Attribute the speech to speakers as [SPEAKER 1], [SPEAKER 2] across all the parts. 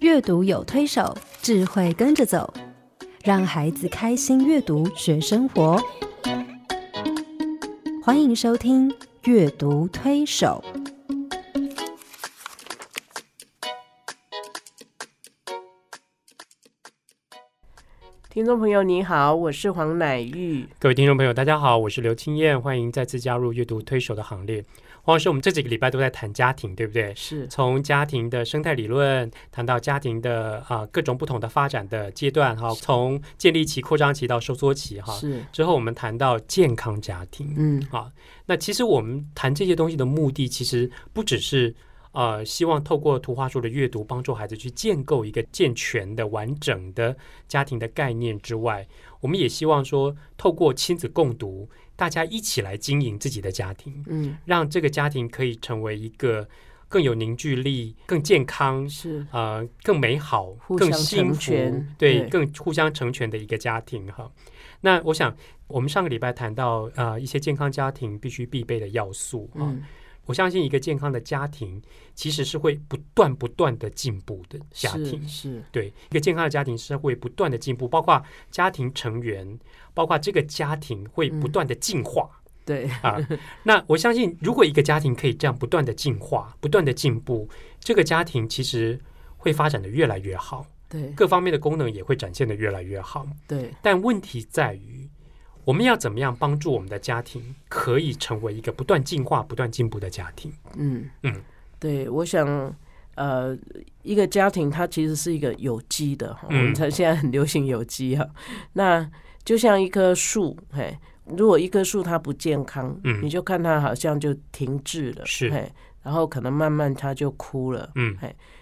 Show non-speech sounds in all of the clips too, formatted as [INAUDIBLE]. [SPEAKER 1] 阅读有推手，智慧跟着走，让孩子开心阅读学生活。欢迎收听《阅读推手》。
[SPEAKER 2] 听众朋友，你好，我是黄乃玉。
[SPEAKER 3] 各位听众朋友，大家好，我是刘青燕，欢迎再次加入阅读推手的行列。黄老师，我们这几个礼拜都在谈家庭，对不对？
[SPEAKER 2] 是
[SPEAKER 3] 从家庭的生态理论谈到家庭的啊、各种不同的发展的阶段哈，从建立期、扩张期到收缩期哈。
[SPEAKER 2] 是，
[SPEAKER 3] 之后我们谈到健康家庭，
[SPEAKER 2] 嗯，
[SPEAKER 3] 那其实我们谈这些东西的目的，其实不只是呃，希望透过图画书的阅读，帮助孩子去建构一个健全的、完整的家庭的概念之外，我们也希望说，透过亲子共读，大家一起来经营自己的家庭，
[SPEAKER 2] 嗯，
[SPEAKER 3] 让这个家庭可以成为一个更有凝聚力、更健康。
[SPEAKER 2] 是，
[SPEAKER 3] 呃，更美好
[SPEAKER 2] 互、
[SPEAKER 3] 更
[SPEAKER 2] 相
[SPEAKER 3] 幸
[SPEAKER 2] 成
[SPEAKER 3] 福
[SPEAKER 2] 全，
[SPEAKER 3] 对，
[SPEAKER 2] 对
[SPEAKER 3] 更互相成全的一个家庭哈。那我想，我们上个礼拜谈到呃一些健康家庭必须必备的要素啊、
[SPEAKER 2] 嗯，
[SPEAKER 3] 我相信一个健康的家庭其实是会不断不断的进步的家庭
[SPEAKER 2] 是。是，
[SPEAKER 3] 对，一个健康的家庭是会不断的进步，包括家庭成员，包括这个家庭会
[SPEAKER 2] 嗯
[SPEAKER 3] 不断的进化。
[SPEAKER 2] 对，
[SPEAKER 3] 啊那我相信，如果一个家庭可以这样不断的进化、不断的进步，这个家庭其实会发展的越来越好，
[SPEAKER 2] 对，
[SPEAKER 3] 各方面的功能也会展现的越来越好。
[SPEAKER 2] 对，
[SPEAKER 3] 但问题在于，我们要怎么样帮助我们的家庭可以成为一个不断进化、不断进步的家庭？
[SPEAKER 2] 嗯
[SPEAKER 3] 嗯，
[SPEAKER 2] 对，我想。呃，一个家庭它其实是一个有机的哈，我们
[SPEAKER 3] 嗯
[SPEAKER 2] 才现在很流行有机哈。那就像一棵树，嘿，如果一棵树它不健康，
[SPEAKER 3] 嗯
[SPEAKER 2] 你就看它好像就停滞了，
[SPEAKER 3] 是
[SPEAKER 2] 嘿，然后可能慢慢它就枯了，
[SPEAKER 3] 嗯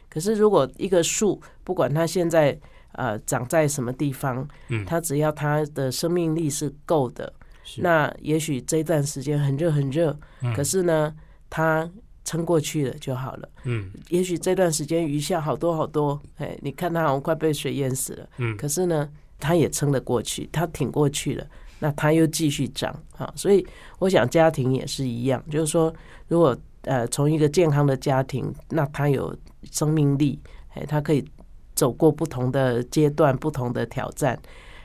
[SPEAKER 2] 可是如果一个树，不管它现在呃长在什么地方，
[SPEAKER 3] 嗯
[SPEAKER 2] 它只要它的生命力是够的，
[SPEAKER 3] 是
[SPEAKER 2] 那也许这一段时间很热很热，
[SPEAKER 3] 嗯
[SPEAKER 2] 可是呢，它撑过去了就好了。
[SPEAKER 3] 嗯
[SPEAKER 2] 也许这段时间鱼下好多好多，哎，你看它好像快被水淹死了，
[SPEAKER 3] 嗯
[SPEAKER 2] 可是呢，它也撑得过去，它挺过去了，那它又继续长啊。所以我想家庭也是一样，就是说，如果呃从一个健康的家庭，那它有生命力，哎，它可以走过不同的阶段、不同的挑战，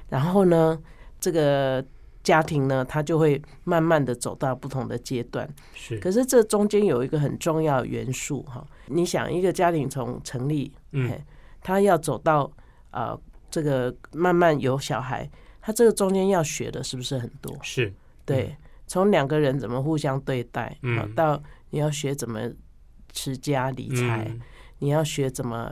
[SPEAKER 2] 然后呢，这个家庭呢，它就会慢慢的走到不同的阶段。
[SPEAKER 3] 是
[SPEAKER 2] 可是这中间有一个很重要的元素哈，你想一个家庭从成立，
[SPEAKER 3] 嗯
[SPEAKER 2] 嘿他要走到呃这个慢慢有小孩，他这个中间要学的是不是很多？ [LAUGHS]
[SPEAKER 3] 是
[SPEAKER 2] 对，从两个人怎么互相对待，
[SPEAKER 3] 嗯
[SPEAKER 2] 好到你要学怎么持家理财，
[SPEAKER 3] 嗯
[SPEAKER 2] 你要学怎么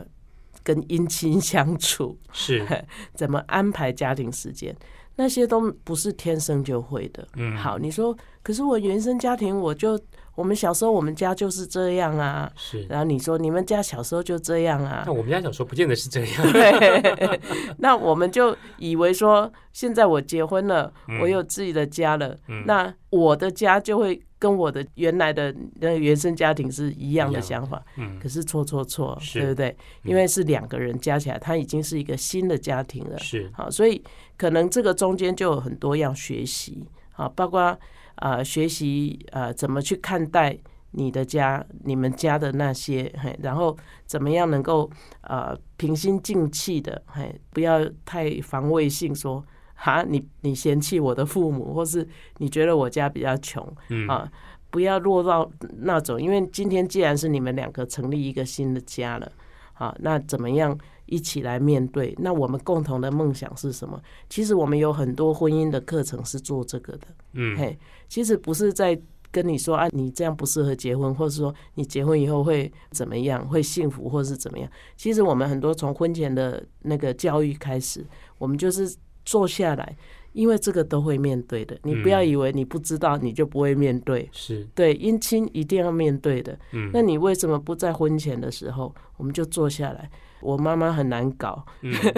[SPEAKER 2] 跟姻亲相处，
[SPEAKER 3] 是
[SPEAKER 2] [LAUGHS] 怎么安排家庭时间，那些都不是天生就会的。
[SPEAKER 3] 嗯
[SPEAKER 2] 好，你说，可是我原生家庭，我就我们小时候我们家就是这样啊。
[SPEAKER 3] 是。
[SPEAKER 2] 然后你说你们家小时候就这样啊
[SPEAKER 3] 那，我们家小时候不见得是这
[SPEAKER 2] [LAUGHS]
[SPEAKER 3] 样，
[SPEAKER 2] 对，那我们就以为说，现在我结婚了，
[SPEAKER 3] 嗯
[SPEAKER 2] 我有自己的家了，
[SPEAKER 3] 嗯
[SPEAKER 2] 那我的家就会跟我的原来的那个原生家庭是一样
[SPEAKER 3] 一
[SPEAKER 2] 的
[SPEAKER 3] 样
[SPEAKER 2] 想法。
[SPEAKER 3] 嗯
[SPEAKER 2] 可是错错错，
[SPEAKER 3] 是
[SPEAKER 2] 对不对？
[SPEAKER 3] 嗯
[SPEAKER 2] 因为是两个人加起来，他已经是一个新的家庭了。
[SPEAKER 3] 是
[SPEAKER 2] 好，所以可能这个中间就有很多要学习，好，包括呃学习呃怎么去看待你的家、你们家的那些，嘿，然后怎么样能够呃平心静气的，嘿，不要太防卫性说。哈，你你嫌弃我的父母，或是你觉得我家比较穷
[SPEAKER 3] 嗯
[SPEAKER 2] 啊，不要落到那种，因为今天既然是你们两个成立一个新的家了，好，啊那怎么样一起来面对？那我们共同的梦想是什么？其实我们有很多婚姻的课程是做这个的，
[SPEAKER 3] 嗯
[SPEAKER 2] 嘿，其实不是在跟你说啊，你这样不适合结婚，或是说你结婚以后会怎么样，会幸福或是怎么样。其实我们很多从婚前的那个教育开始，我们就是坐下来，因为这个都会面对的。你不要以为你不知道，你就不会面对。
[SPEAKER 3] 是
[SPEAKER 2] 对，姻亲一定要面对的。
[SPEAKER 3] 嗯
[SPEAKER 2] 那你为什么不在婚前的时候我们就坐下来？我妈妈很难搞， [LAUGHS]
[SPEAKER 3] 嗯是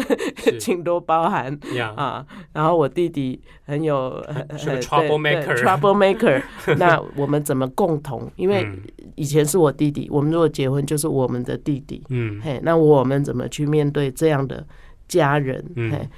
[SPEAKER 3] 嗯
[SPEAKER 2] 请多包涵
[SPEAKER 3] 呀
[SPEAKER 2] 啊。然后我弟弟很有
[SPEAKER 3] 是个 troublemaker
[SPEAKER 2] trouble maker，那
[SPEAKER 3] [LAUGHS]
[SPEAKER 2] 我们怎么共同？因为
[SPEAKER 3] 嗯
[SPEAKER 2] 以前是我弟弟，我们如果结婚就是我们的弟弟，
[SPEAKER 3] 嗯
[SPEAKER 2] 嘿，那我们怎么去面对这样的家人？
[SPEAKER 3] 嗯
[SPEAKER 2] 嘿，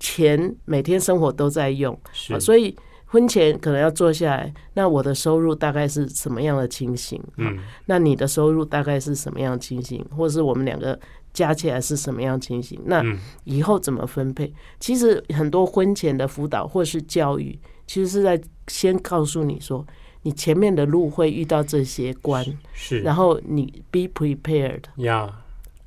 [SPEAKER 2] 钱每天生活都在用，
[SPEAKER 3] 是
[SPEAKER 2] 啊，所以婚前可能要坐下来，那我的收入大概是什么样的情形？啊
[SPEAKER 3] 嗯
[SPEAKER 2] 那你的收入大概是什么样的情形，或是我们两个加起来是什么样情形，那
[SPEAKER 3] 嗯
[SPEAKER 2] 以后怎么分配。其实很多婚前的辅导或是教育，其实是在先告诉你说，你前面的路会遇到这些关，
[SPEAKER 3] 是
[SPEAKER 2] 然后你 be prepared。
[SPEAKER 3] 呀，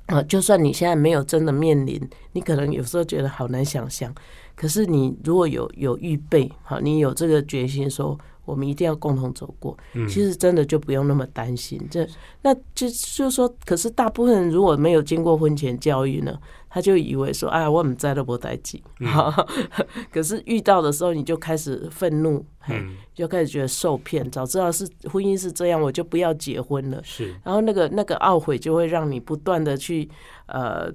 [SPEAKER 2] 啊，就算你现在没有真的面临，你可能有时候觉得好难想象，可是你如果有有预备，好，你有这个决心说，我们一定要共同走过，
[SPEAKER 3] 嗯，
[SPEAKER 2] 其实真的就不用那么担心。这那就就说，可是大部分人如果没有经过婚前教育呢，他就以为说，啊，我们在都不待记，
[SPEAKER 3] 嗯
[SPEAKER 2] 好，可是遇到的时候你就开始愤怒，嘿
[SPEAKER 3] 嗯
[SPEAKER 2] 就开始觉得受骗，早知道是婚姻是这样，我就不要结婚了。
[SPEAKER 3] 是
[SPEAKER 2] 然后那个那个懊悔就会让你不断的去呃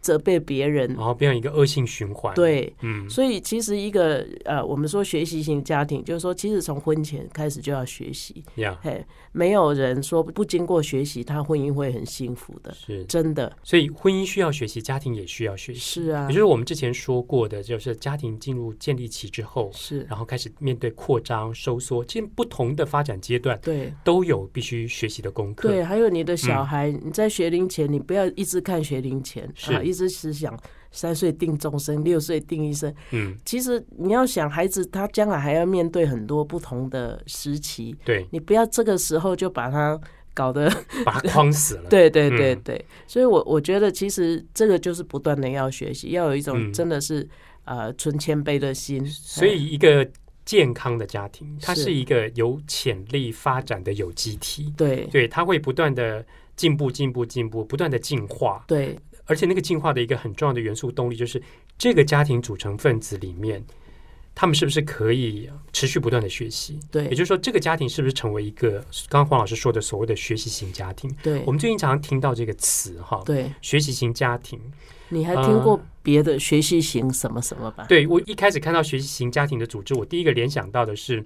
[SPEAKER 2] 责备别人
[SPEAKER 3] 然，后变成一个恶性循环。，
[SPEAKER 2] 对。
[SPEAKER 3] 哦嗯，
[SPEAKER 2] 所以其实一个呃，我们说学习型家庭，就是说，其实从婚前开始就要学习，
[SPEAKER 3] 呀，
[SPEAKER 2] 嘿，没有人说不经过学习，他婚姻会很幸福的，
[SPEAKER 3] 是，
[SPEAKER 2] 真的
[SPEAKER 3] 所以婚姻需要学习，家庭也需要学习。
[SPEAKER 2] 是啊
[SPEAKER 3] 也就，是我们之前说过的，就是家庭进入建立期之后，
[SPEAKER 2] 是，
[SPEAKER 3] 然后开始面对扩张、收缩，其实不同的发展阶段
[SPEAKER 2] 对
[SPEAKER 3] 都有必须学习的功课。
[SPEAKER 2] 对。还有你的
[SPEAKER 3] 嗯
[SPEAKER 2] 小孩，你在学龄前，你不要一直看学龄前
[SPEAKER 3] 是
[SPEAKER 2] 啊，一直是想三岁定终身，六岁定一生，
[SPEAKER 3] 嗯，
[SPEAKER 2] 其实你要想，孩子他将来还要面对很多不同的时期，
[SPEAKER 3] 对，
[SPEAKER 2] 你不要这个时候就把他搞得， [LAUGHS]
[SPEAKER 3] 把它框死了。
[SPEAKER 2] 对对对
[SPEAKER 3] 嗯
[SPEAKER 2] 对。所以我我觉得其实这个就是不断的要学习，要有一种
[SPEAKER 3] 嗯
[SPEAKER 2] 真的是、呃纯谦卑的心。哎
[SPEAKER 3] 所以一个健康的家庭，它
[SPEAKER 2] 是
[SPEAKER 3] 是一个有潜力发展的有机体
[SPEAKER 2] 嗯，对
[SPEAKER 3] 对，它会不断的进步、进步、进步，不断的进化。
[SPEAKER 2] 对
[SPEAKER 3] 而且那个进化的一个很重要的元素动力，就是这个家庭组成分子里面，他们是不是可以持续不断的学习？也
[SPEAKER 2] 对
[SPEAKER 3] 就是说，这个家庭是不是成为一个刚刚黄老师说的所谓的学习型家庭？
[SPEAKER 2] 对
[SPEAKER 3] 我们最近常常听到这个词哈，
[SPEAKER 2] 对，
[SPEAKER 3] 学习型家庭。
[SPEAKER 2] 你还
[SPEAKER 3] 呃
[SPEAKER 2] 听过别的学习型什么什么吧？
[SPEAKER 3] 对我一开始看到学习型家庭的组织，我第一个联想到的是，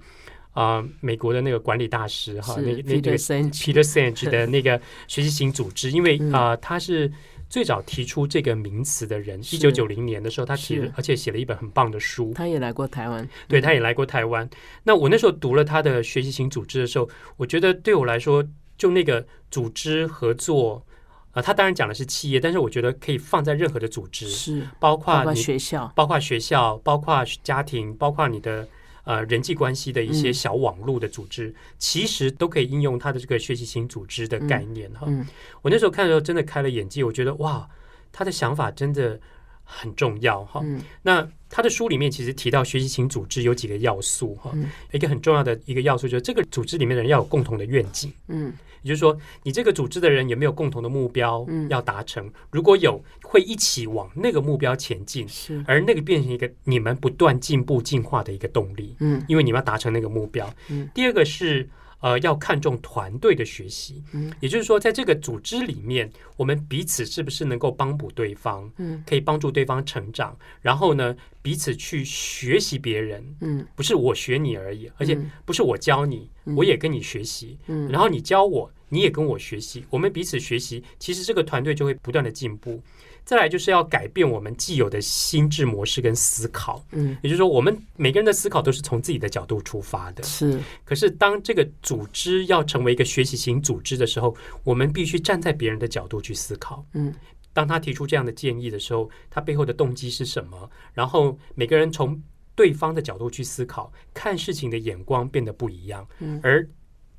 [SPEAKER 3] 啊、美国的那个管理大师哈，
[SPEAKER 2] 是
[SPEAKER 3] 那个那那
[SPEAKER 2] Peter
[SPEAKER 3] 个
[SPEAKER 2] Senge。
[SPEAKER 3] Peter Senge 的那个学习型组织，因为
[SPEAKER 2] 嗯
[SPEAKER 3] 啊、他是最早提出这个名词的人，
[SPEAKER 2] 是
[SPEAKER 3] 一九九零年的时候，他提了
[SPEAKER 2] 是，嗯
[SPEAKER 3] 而且写了一本很棒的书，
[SPEAKER 2] 他也来过台湾，
[SPEAKER 3] 对，他也来过台湾。那我那时候读了他的学习型组织的时候，我觉得对我来说，就那个组织合作。啊，他当然讲的是企业，但是我觉得可以放在任何的组织，
[SPEAKER 2] 嗯是包
[SPEAKER 3] 包括
[SPEAKER 2] 括
[SPEAKER 3] 你
[SPEAKER 2] 学校，
[SPEAKER 3] 包括学校、包括家庭、包括你的呃人际关系的一些
[SPEAKER 2] 嗯
[SPEAKER 3] 小网络的组织，其实都可以应用它的这个学习型组织的概念哈。
[SPEAKER 2] 嗯，
[SPEAKER 3] 我那时候看的时候真的开了眼界，我觉得哇，他的想法真的很重要哈。
[SPEAKER 2] 嗯
[SPEAKER 3] 那他的书里面其实提到学习型组织有几个要素哈，
[SPEAKER 2] 嗯
[SPEAKER 3] 一个很重要的一个要素就是这个组织里面的人要有共同的愿景。
[SPEAKER 2] 嗯，
[SPEAKER 3] 也就是说，你这个组织的人有没有共同的目标
[SPEAKER 2] 嗯
[SPEAKER 3] 要达成？如果有，会一起往那个目标前进。
[SPEAKER 2] 是，
[SPEAKER 3] 而那个变成一个你们不断进步进化的一个动力，
[SPEAKER 2] 嗯
[SPEAKER 3] 因为你们要达成那个目标。
[SPEAKER 2] 嗯
[SPEAKER 3] 第二个是呃，要看重团队的学习，
[SPEAKER 2] 嗯
[SPEAKER 3] 也就是说，在这个组织里面，我们彼此是不是能够帮补对方，
[SPEAKER 2] 嗯
[SPEAKER 3] 可以帮助对方成长，然后呢，彼此去学习别人，
[SPEAKER 2] 嗯
[SPEAKER 3] 不是我学你而已，而且
[SPEAKER 2] 嗯
[SPEAKER 3] 不是我教你，
[SPEAKER 2] 嗯
[SPEAKER 3] 我也跟你学习，
[SPEAKER 2] 嗯，
[SPEAKER 3] 然后你教我，你也跟我学习，我们彼此学习，其实这个团队就会不断的进步。再来就是要改变我们既有的心智模式跟思考，
[SPEAKER 2] 嗯
[SPEAKER 3] 也就是说，我们每个人的思考都是从自己的角度出发的。
[SPEAKER 2] 是
[SPEAKER 3] 可是，当这个组织要成为一个学习型组织的时候，我们必须站在别人的角度去思考。
[SPEAKER 2] 嗯
[SPEAKER 3] 当他提出这样的建议的时候，他背后的动机是什么？然后每个人从对方的角度去思考，看事情的眼光变得不一样，
[SPEAKER 2] 嗯
[SPEAKER 3] 而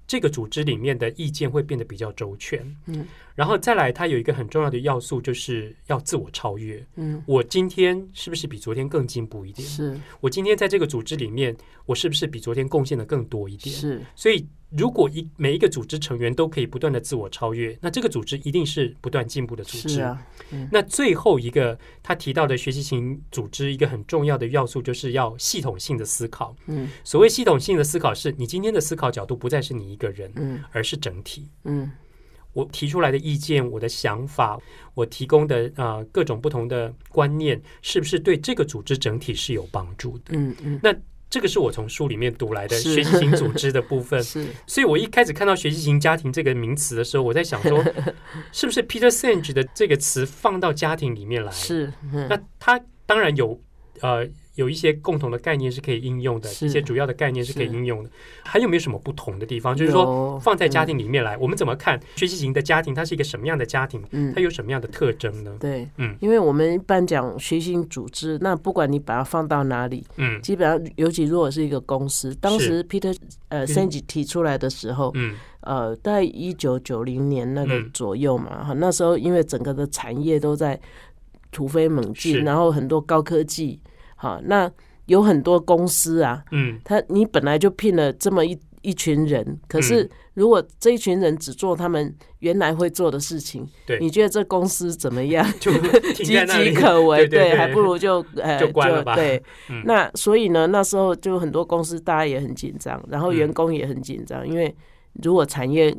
[SPEAKER 3] 这个组织里面的意见会变得比较周全。
[SPEAKER 2] 嗯，
[SPEAKER 3] 然后再来，它有一个很重要的要素，就是要自我超越。
[SPEAKER 2] 嗯
[SPEAKER 3] 我今天是不是比昨天更进步一点？
[SPEAKER 2] 是
[SPEAKER 3] 我今天在这个组织里面，我是不是比昨天贡献的更多一点？
[SPEAKER 2] 是
[SPEAKER 3] 所以，如果一每一个组织成员都可以不断的自我超越，那这个组织一定是不断进步的组织。
[SPEAKER 2] 是啊，
[SPEAKER 3] 那最后一个他提到的学习型组织一个很重要的要素，就是要系统性的思考。
[SPEAKER 2] 嗯
[SPEAKER 3] 所谓系统性的思考，是你今天的思考角度不再是你一个人，
[SPEAKER 2] 嗯
[SPEAKER 3] 而是整体。
[SPEAKER 2] 嗯
[SPEAKER 3] 我提出来的意见、我的想法、我提供的呃各种不同的观念，是不是对这个组织整体是有帮助的？
[SPEAKER 2] 嗯嗯，
[SPEAKER 3] 这个是我从书里面读来的
[SPEAKER 2] 是。
[SPEAKER 3] 学习型组织的部分
[SPEAKER 2] [LAUGHS] 是
[SPEAKER 3] 所以我一开始看到“学习型家庭”这个名词的时候，我在想
[SPEAKER 2] [LAUGHS]
[SPEAKER 3] 说，是不是 Peter Senge 的这个词放到家庭里面来？
[SPEAKER 2] 是，嗯
[SPEAKER 3] 那他当然有呃有一些共同的概念是可以应用的，
[SPEAKER 2] 是
[SPEAKER 3] 一些主要的概念是可以
[SPEAKER 2] 是
[SPEAKER 3] 应用的。还有没有什么不同的地方？就是说，
[SPEAKER 2] 有
[SPEAKER 3] 放在家庭里面来，我们怎么看学习型的家庭？它是一个什么样的家庭？
[SPEAKER 2] 嗯，
[SPEAKER 3] 它有什么样的特征呢？
[SPEAKER 2] 对，
[SPEAKER 3] 嗯
[SPEAKER 2] 因为我们一般讲学习组织，那不管你把它放到哪里，
[SPEAKER 3] 嗯
[SPEAKER 2] 基本上，尤其如果是一个公司，当时 Peter 呃
[SPEAKER 3] 嗯
[SPEAKER 2] s a n g e 提出来的时候，
[SPEAKER 3] 嗯
[SPEAKER 2] 呃，大概一九九零年那个
[SPEAKER 3] 嗯
[SPEAKER 2] 左右嘛，哈、那时候因为整个的产业都在突飞猛
[SPEAKER 3] 是
[SPEAKER 2] 进，然后很多高科技，哈，那有很多公司啊，
[SPEAKER 3] 嗯，
[SPEAKER 2] 他你本来就聘了这么一一群人，可是
[SPEAKER 3] 嗯
[SPEAKER 2] 如果这一群人只做他们原来会做的事情，
[SPEAKER 3] 对
[SPEAKER 2] 你觉得这公司怎么样？
[SPEAKER 3] 就
[SPEAKER 2] [LAUGHS]
[SPEAKER 3] 停
[SPEAKER 2] 岌
[SPEAKER 3] 在那里
[SPEAKER 2] 岌可危，
[SPEAKER 3] 对对对
[SPEAKER 2] 还不如
[SPEAKER 3] [LAUGHS]
[SPEAKER 2] 就呃
[SPEAKER 3] 就关了吧
[SPEAKER 2] 对，
[SPEAKER 3] [LAUGHS] 嗯
[SPEAKER 2] 那所以呢，那时候就很多公司大家也很紧张，然后
[SPEAKER 3] 嗯
[SPEAKER 2] 员工也很紧张，因为如果产业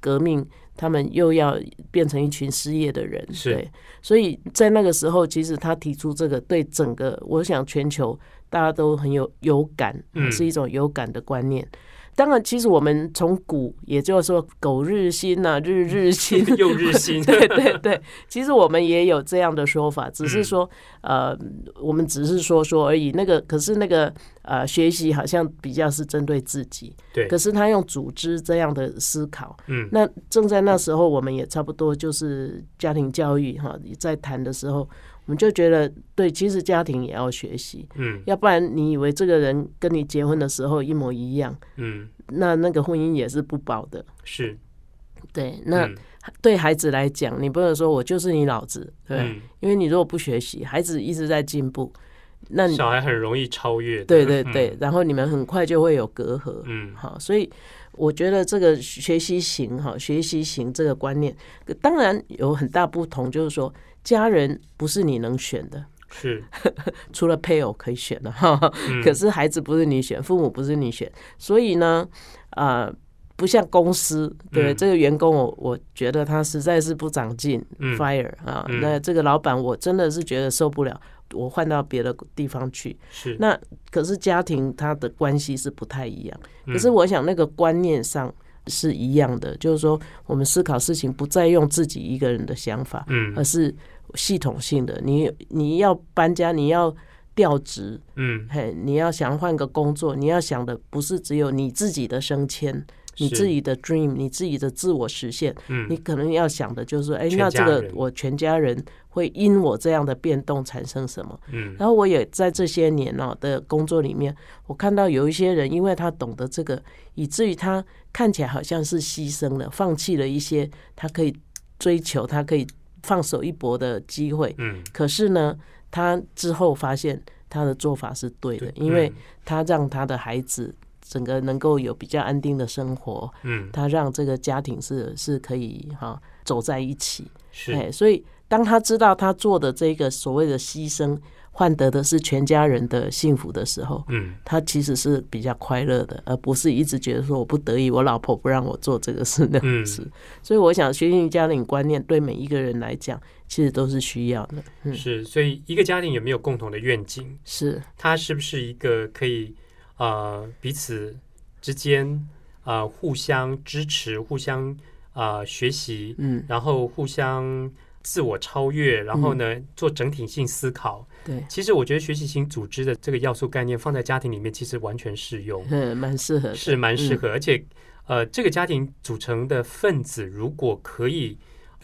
[SPEAKER 2] 革命，他们又要变成一群失业的人，
[SPEAKER 3] 是
[SPEAKER 2] 对，所以在那个时候，其实他提出这个，对整个我想全球大家都很有有感，
[SPEAKER 3] 嗯
[SPEAKER 2] 是一种有感的观念。当然，其实我们从古，也就是说苟日新呐、日日新，啊
[SPEAKER 3] [LAUGHS] 又日新，
[SPEAKER 2] 对对对，其实我们也有这样的说法，只是
[SPEAKER 3] 嗯
[SPEAKER 2] 说、呃，我们只是说说而已。那个可是那个呃，学习好像比较是针对自己，
[SPEAKER 3] [LAUGHS] 对
[SPEAKER 2] 可是他用组织这样的思考。
[SPEAKER 3] 嗯
[SPEAKER 2] 那正在那时候，我们也差不多就是家庭教育哈，在谈的时候，我们就觉得对，其实家庭也要学习，
[SPEAKER 3] 嗯
[SPEAKER 2] 要不然你以为这个人跟你结婚的时候一模一样，
[SPEAKER 3] 嗯
[SPEAKER 2] 那那个婚姻也是不保的。
[SPEAKER 3] 是，
[SPEAKER 2] 对，那
[SPEAKER 3] 嗯
[SPEAKER 2] 对孩子来讲，你不能说我就是你老子，对吧，
[SPEAKER 3] 嗯
[SPEAKER 2] 因为你如果不学习，孩子一直在进步，那你
[SPEAKER 3] 小孩很容易超越的，
[SPEAKER 2] 对对对，
[SPEAKER 3] 嗯
[SPEAKER 2] 然后你们很快就会有隔阂，
[SPEAKER 3] 嗯
[SPEAKER 2] 好，所以我觉得这个学习型哈，学习型这个观念，当然有很大不同，就是说家人不是你能选的，
[SPEAKER 3] 是，
[SPEAKER 2] 除了配偶可以选的哈，
[SPEAKER 3] 嗯
[SPEAKER 2] 可是孩子不是你选，父母不是你选，所以呢，啊，不像公司，对不对
[SPEAKER 3] 嗯
[SPEAKER 2] 这个员工我，我觉得他实在是不长进、
[SPEAKER 3] 嗯
[SPEAKER 2] f i r e 啊，
[SPEAKER 3] 嗯
[SPEAKER 2] 那这个老板我真的是觉得受不了，我换到别的地方去。
[SPEAKER 3] 是，
[SPEAKER 2] 那可是家庭他的关系是不太一样，
[SPEAKER 3] 嗯
[SPEAKER 2] 可是我想那个观念上是一样的，就是说我们思考事情不再用自己一个人的想法，
[SPEAKER 3] 嗯
[SPEAKER 2] 而是系统性的。你你要搬家，你要调职，
[SPEAKER 3] 嗯
[SPEAKER 2] 嘿，你要想换个工作，你要想的不是只有你自己的升迁，你
[SPEAKER 3] 是
[SPEAKER 2] 自己的 dream，你自己的自我实现，
[SPEAKER 3] 嗯
[SPEAKER 2] 你可能要想的就是说，哎，
[SPEAKER 3] 全
[SPEAKER 2] 那这
[SPEAKER 3] 家
[SPEAKER 2] 个
[SPEAKER 3] 人
[SPEAKER 2] 我全家人会因我这样的变动产生什么？
[SPEAKER 3] 嗯
[SPEAKER 2] 然后我也在这些年哦的工作里面，我看到有一些人，因为他懂得这个，以至于他看起来好像是牺牲了，放弃了一些他可以追求、他可以放手一搏的机会，
[SPEAKER 3] 嗯，
[SPEAKER 2] 可是呢，他之后发现他的做法是对的，因
[SPEAKER 3] 嗯
[SPEAKER 2] 为他让他的孩子整个能够有比较安定的生活，
[SPEAKER 3] 嗯嗯
[SPEAKER 2] 他让这个家庭是是可以哈、走在一起。哎
[SPEAKER 3] 是，
[SPEAKER 2] 所以当他知道他做的这个所谓的牺牲换得的是全家人的幸福的时候，
[SPEAKER 3] 嗯
[SPEAKER 2] 他其实是比较快乐的，而不是一直觉得说我不得已，我老婆不让我做这个事那
[SPEAKER 3] 嗯
[SPEAKER 2] 个事。所以我想，学习型家庭观念对每一个人来讲，其实都是需要的。嗯，
[SPEAKER 3] 是，所以一个家庭有没有共同的愿景？
[SPEAKER 2] 是
[SPEAKER 3] 它是不是一个可以呃彼此之间呃互相支持、互相呃学习，
[SPEAKER 2] 嗯，
[SPEAKER 3] 然后互相自我超越，然后呢做整体性思考。
[SPEAKER 2] 嗯对，
[SPEAKER 3] 其实我觉得学习型组织的这个要素概念放在家庭里面，其实完全适用，
[SPEAKER 2] 嗯，蛮适合的。
[SPEAKER 3] 是蛮适
[SPEAKER 2] 嗯
[SPEAKER 3] 合，而且呃这个家庭组成的分子如果可以。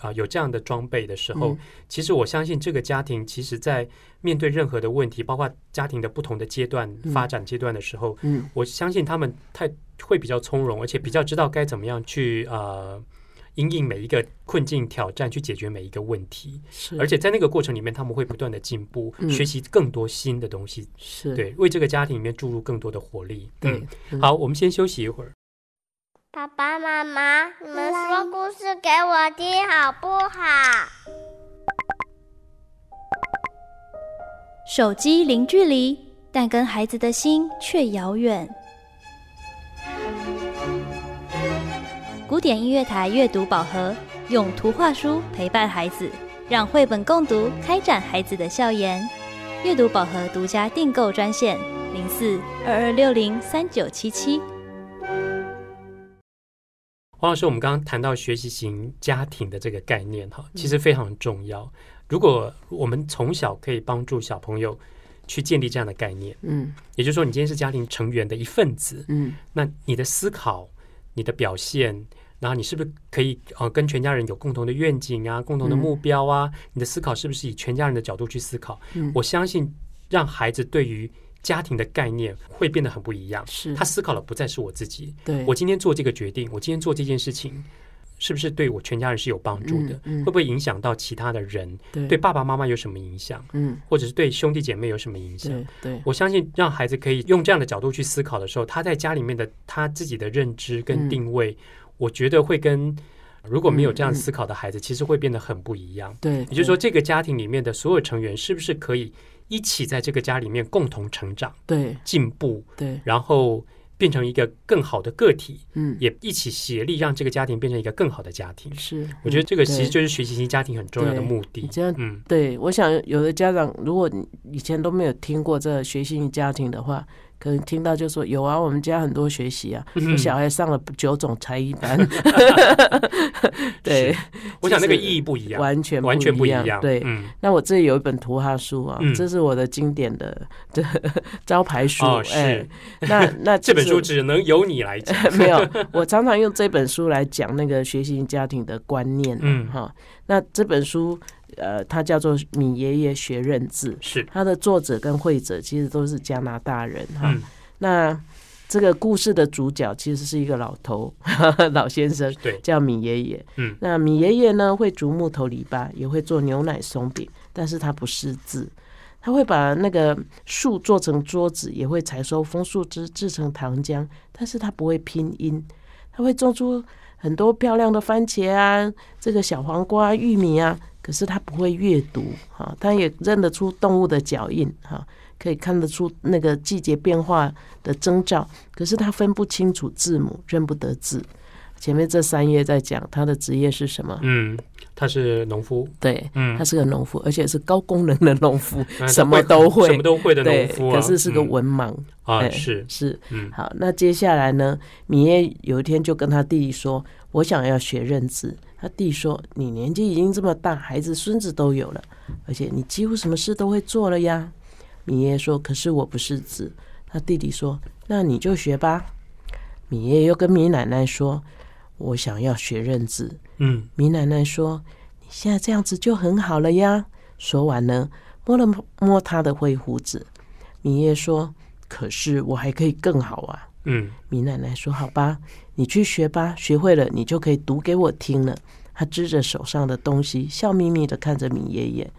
[SPEAKER 3] 啊、有这样的装备的时候，
[SPEAKER 2] 嗯
[SPEAKER 3] 其实我相信这个家庭，其实在面对任何的问题，包括家庭的不同的阶段、
[SPEAKER 2] 嗯
[SPEAKER 3] 发展阶段的时候，
[SPEAKER 2] 嗯，
[SPEAKER 3] 我相信他们太会比较从容，而且比较知道该怎么样去呃应应每一个困境、挑战，去解决每一个问题。
[SPEAKER 2] 是，
[SPEAKER 3] 而且在那个过程里面，他们会不断的进步，
[SPEAKER 2] 嗯
[SPEAKER 3] 学习更多新的东西，
[SPEAKER 2] 是，
[SPEAKER 3] 对，为这个家庭里面注入更多的活力。
[SPEAKER 2] 对，
[SPEAKER 3] 嗯，
[SPEAKER 2] 嗯
[SPEAKER 3] 好，我们先休息一会儿。
[SPEAKER 4] 爸爸妈妈，你们说故事给我听好不好？
[SPEAKER 5] 手机零距离，但跟孩子的心却遥远。古典音乐台阅读宝盒，用图画书陪伴孩子，让绘本共读开展孩子的笑颜。阅读宝盒独家订购专线零四二二六零三九七七。
[SPEAKER 3] 黄老师，我们刚刚谈到学习型家庭的这个概念哈，其实非常重要。如果我们从小可以帮助小朋友去建立这样的概念。
[SPEAKER 2] 嗯
[SPEAKER 3] 也就是说，你今天是家庭成员的一份子，
[SPEAKER 2] 嗯
[SPEAKER 3] 那你的思考、你的表现，然后你是不是可以呃跟全家人有共同的愿景啊、共同
[SPEAKER 2] 嗯
[SPEAKER 3] 的目标啊？你的思考是不是以全家人的角度去思考？
[SPEAKER 2] 嗯
[SPEAKER 3] 我相信让孩子对于家庭的概念会变得很不一样。
[SPEAKER 2] 是
[SPEAKER 3] 他思考的不再是我自己，
[SPEAKER 2] 对
[SPEAKER 3] 我今天做这个决定，我今天做这件事情，是不是对我全家人是有帮助的？
[SPEAKER 2] 嗯嗯嗯
[SPEAKER 3] 会不会影响到其他的人？
[SPEAKER 2] 对
[SPEAKER 3] 对爸爸妈妈有什么影响？
[SPEAKER 2] 嗯
[SPEAKER 3] 或者是对兄弟姐妹有什么影响？
[SPEAKER 2] 对对
[SPEAKER 3] 我相信，让孩子可以用这样的角度去思考的时候，他在家里面的他自己的认知跟
[SPEAKER 2] 嗯
[SPEAKER 3] 定位，我觉得会跟如果没有这样思考的孩子，其实会变得很不一样。
[SPEAKER 2] 嗯对，
[SPEAKER 3] 也就是说，这个家庭里面的所有成员是不是可以一起在这个家里面共同成长、
[SPEAKER 2] 对
[SPEAKER 3] 进步，
[SPEAKER 2] 对
[SPEAKER 3] 然后变成一个更好的个体，
[SPEAKER 2] 嗯
[SPEAKER 3] 也一起协力让这个家庭变成一个更好的家庭。
[SPEAKER 2] 是，嗯
[SPEAKER 3] 我觉得这个其
[SPEAKER 2] 对
[SPEAKER 3] 实就是学习型家庭很重要的
[SPEAKER 2] 对
[SPEAKER 3] 目的
[SPEAKER 2] 你。这样
[SPEAKER 3] 嗯，
[SPEAKER 2] 对，我想有的家长，如果你以前都没有听过这学习型家庭的话，可能听到就说有啊，我们家很多学习
[SPEAKER 3] [LAUGHS]
[SPEAKER 2] 啊，我小孩上了九种才艺班，对，
[SPEAKER 3] 我想那个
[SPEAKER 2] 其实
[SPEAKER 3] 意义不一样，
[SPEAKER 2] 完全
[SPEAKER 3] 完全不
[SPEAKER 2] 一
[SPEAKER 3] 一样。
[SPEAKER 2] 对。
[SPEAKER 3] 嗯。
[SPEAKER 2] 那我这里有一本图画书啊，
[SPEAKER 3] 嗯
[SPEAKER 2] 这是我的经典的这 [LAUGHS] 招牌书。
[SPEAKER 3] 哦是
[SPEAKER 2] 哎，那那
[SPEAKER 3] [LAUGHS] 这本
[SPEAKER 2] 其实
[SPEAKER 3] 书只能由你来讲。
[SPEAKER 2] [LAUGHS] 没有，我常常用这本书来讲那个学习型家庭的观念。啊
[SPEAKER 3] 嗯
[SPEAKER 2] 哈，那这本书呃，它叫做《米爷爷学认字》，
[SPEAKER 3] 是，
[SPEAKER 2] 它的作者跟会者其实都是加拿大人哈。
[SPEAKER 3] 嗯，
[SPEAKER 2] 那这个故事的主角其实是一个老头 [LAUGHS] 老先生，
[SPEAKER 3] 对，
[SPEAKER 2] 叫米爷爷。
[SPEAKER 3] 嗯
[SPEAKER 2] 那米爷爷呢会竹木头篱笆，也会做牛奶松饼，但是他不识字。他会把那个树做成桌子，也会采收枫树枝制成糖浆，但是他不会拼音。他会种出很多漂亮的番茄啊，这个小黄瓜、玉米啊，可是他不会阅读哈、他也认得出动物的脚印哈、可以看得出那个季节变化的征兆，可是他分不清楚字母，认不得字。前面这三页在讲他的职业是什么，
[SPEAKER 3] 嗯，他是农夫，
[SPEAKER 2] 对，
[SPEAKER 3] 嗯哎
[SPEAKER 2] 他，是个农夫，而且是高功能的农夫，
[SPEAKER 3] 那
[SPEAKER 2] 什么都会，
[SPEAKER 3] 什么都会的
[SPEAKER 2] 对
[SPEAKER 3] 农，夫啊，
[SPEAKER 2] 可是是个
[SPEAKER 3] 嗯
[SPEAKER 2] 文盲，
[SPEAKER 3] 啊，
[SPEAKER 2] 哎
[SPEAKER 3] 是，
[SPEAKER 2] 是
[SPEAKER 3] 嗯
[SPEAKER 2] 好，那接下来呢？米耶有一天就跟他弟弟说：“我想要学认字。”他弟说：“你年纪已经这么大，孩子孙子都有了，而且你几乎什么事都会做了呀。”米耶说：“可是我不识字。”他弟弟说：“那你就学吧。”米耶又跟米奶奶说：“我想要学认字。”
[SPEAKER 3] 嗯，
[SPEAKER 2] 米奶奶说：“你现在这样子就很好了呀。”说完呢，摸了摸他的灰胡子。米叶说：“可是我还可以更好啊。
[SPEAKER 3] 嗯，”
[SPEAKER 2] 米奶奶说：“好吧，你去学吧，学会了你就可以读给我听了。”他支着手上的东西，笑眯眯的看着米爷爷。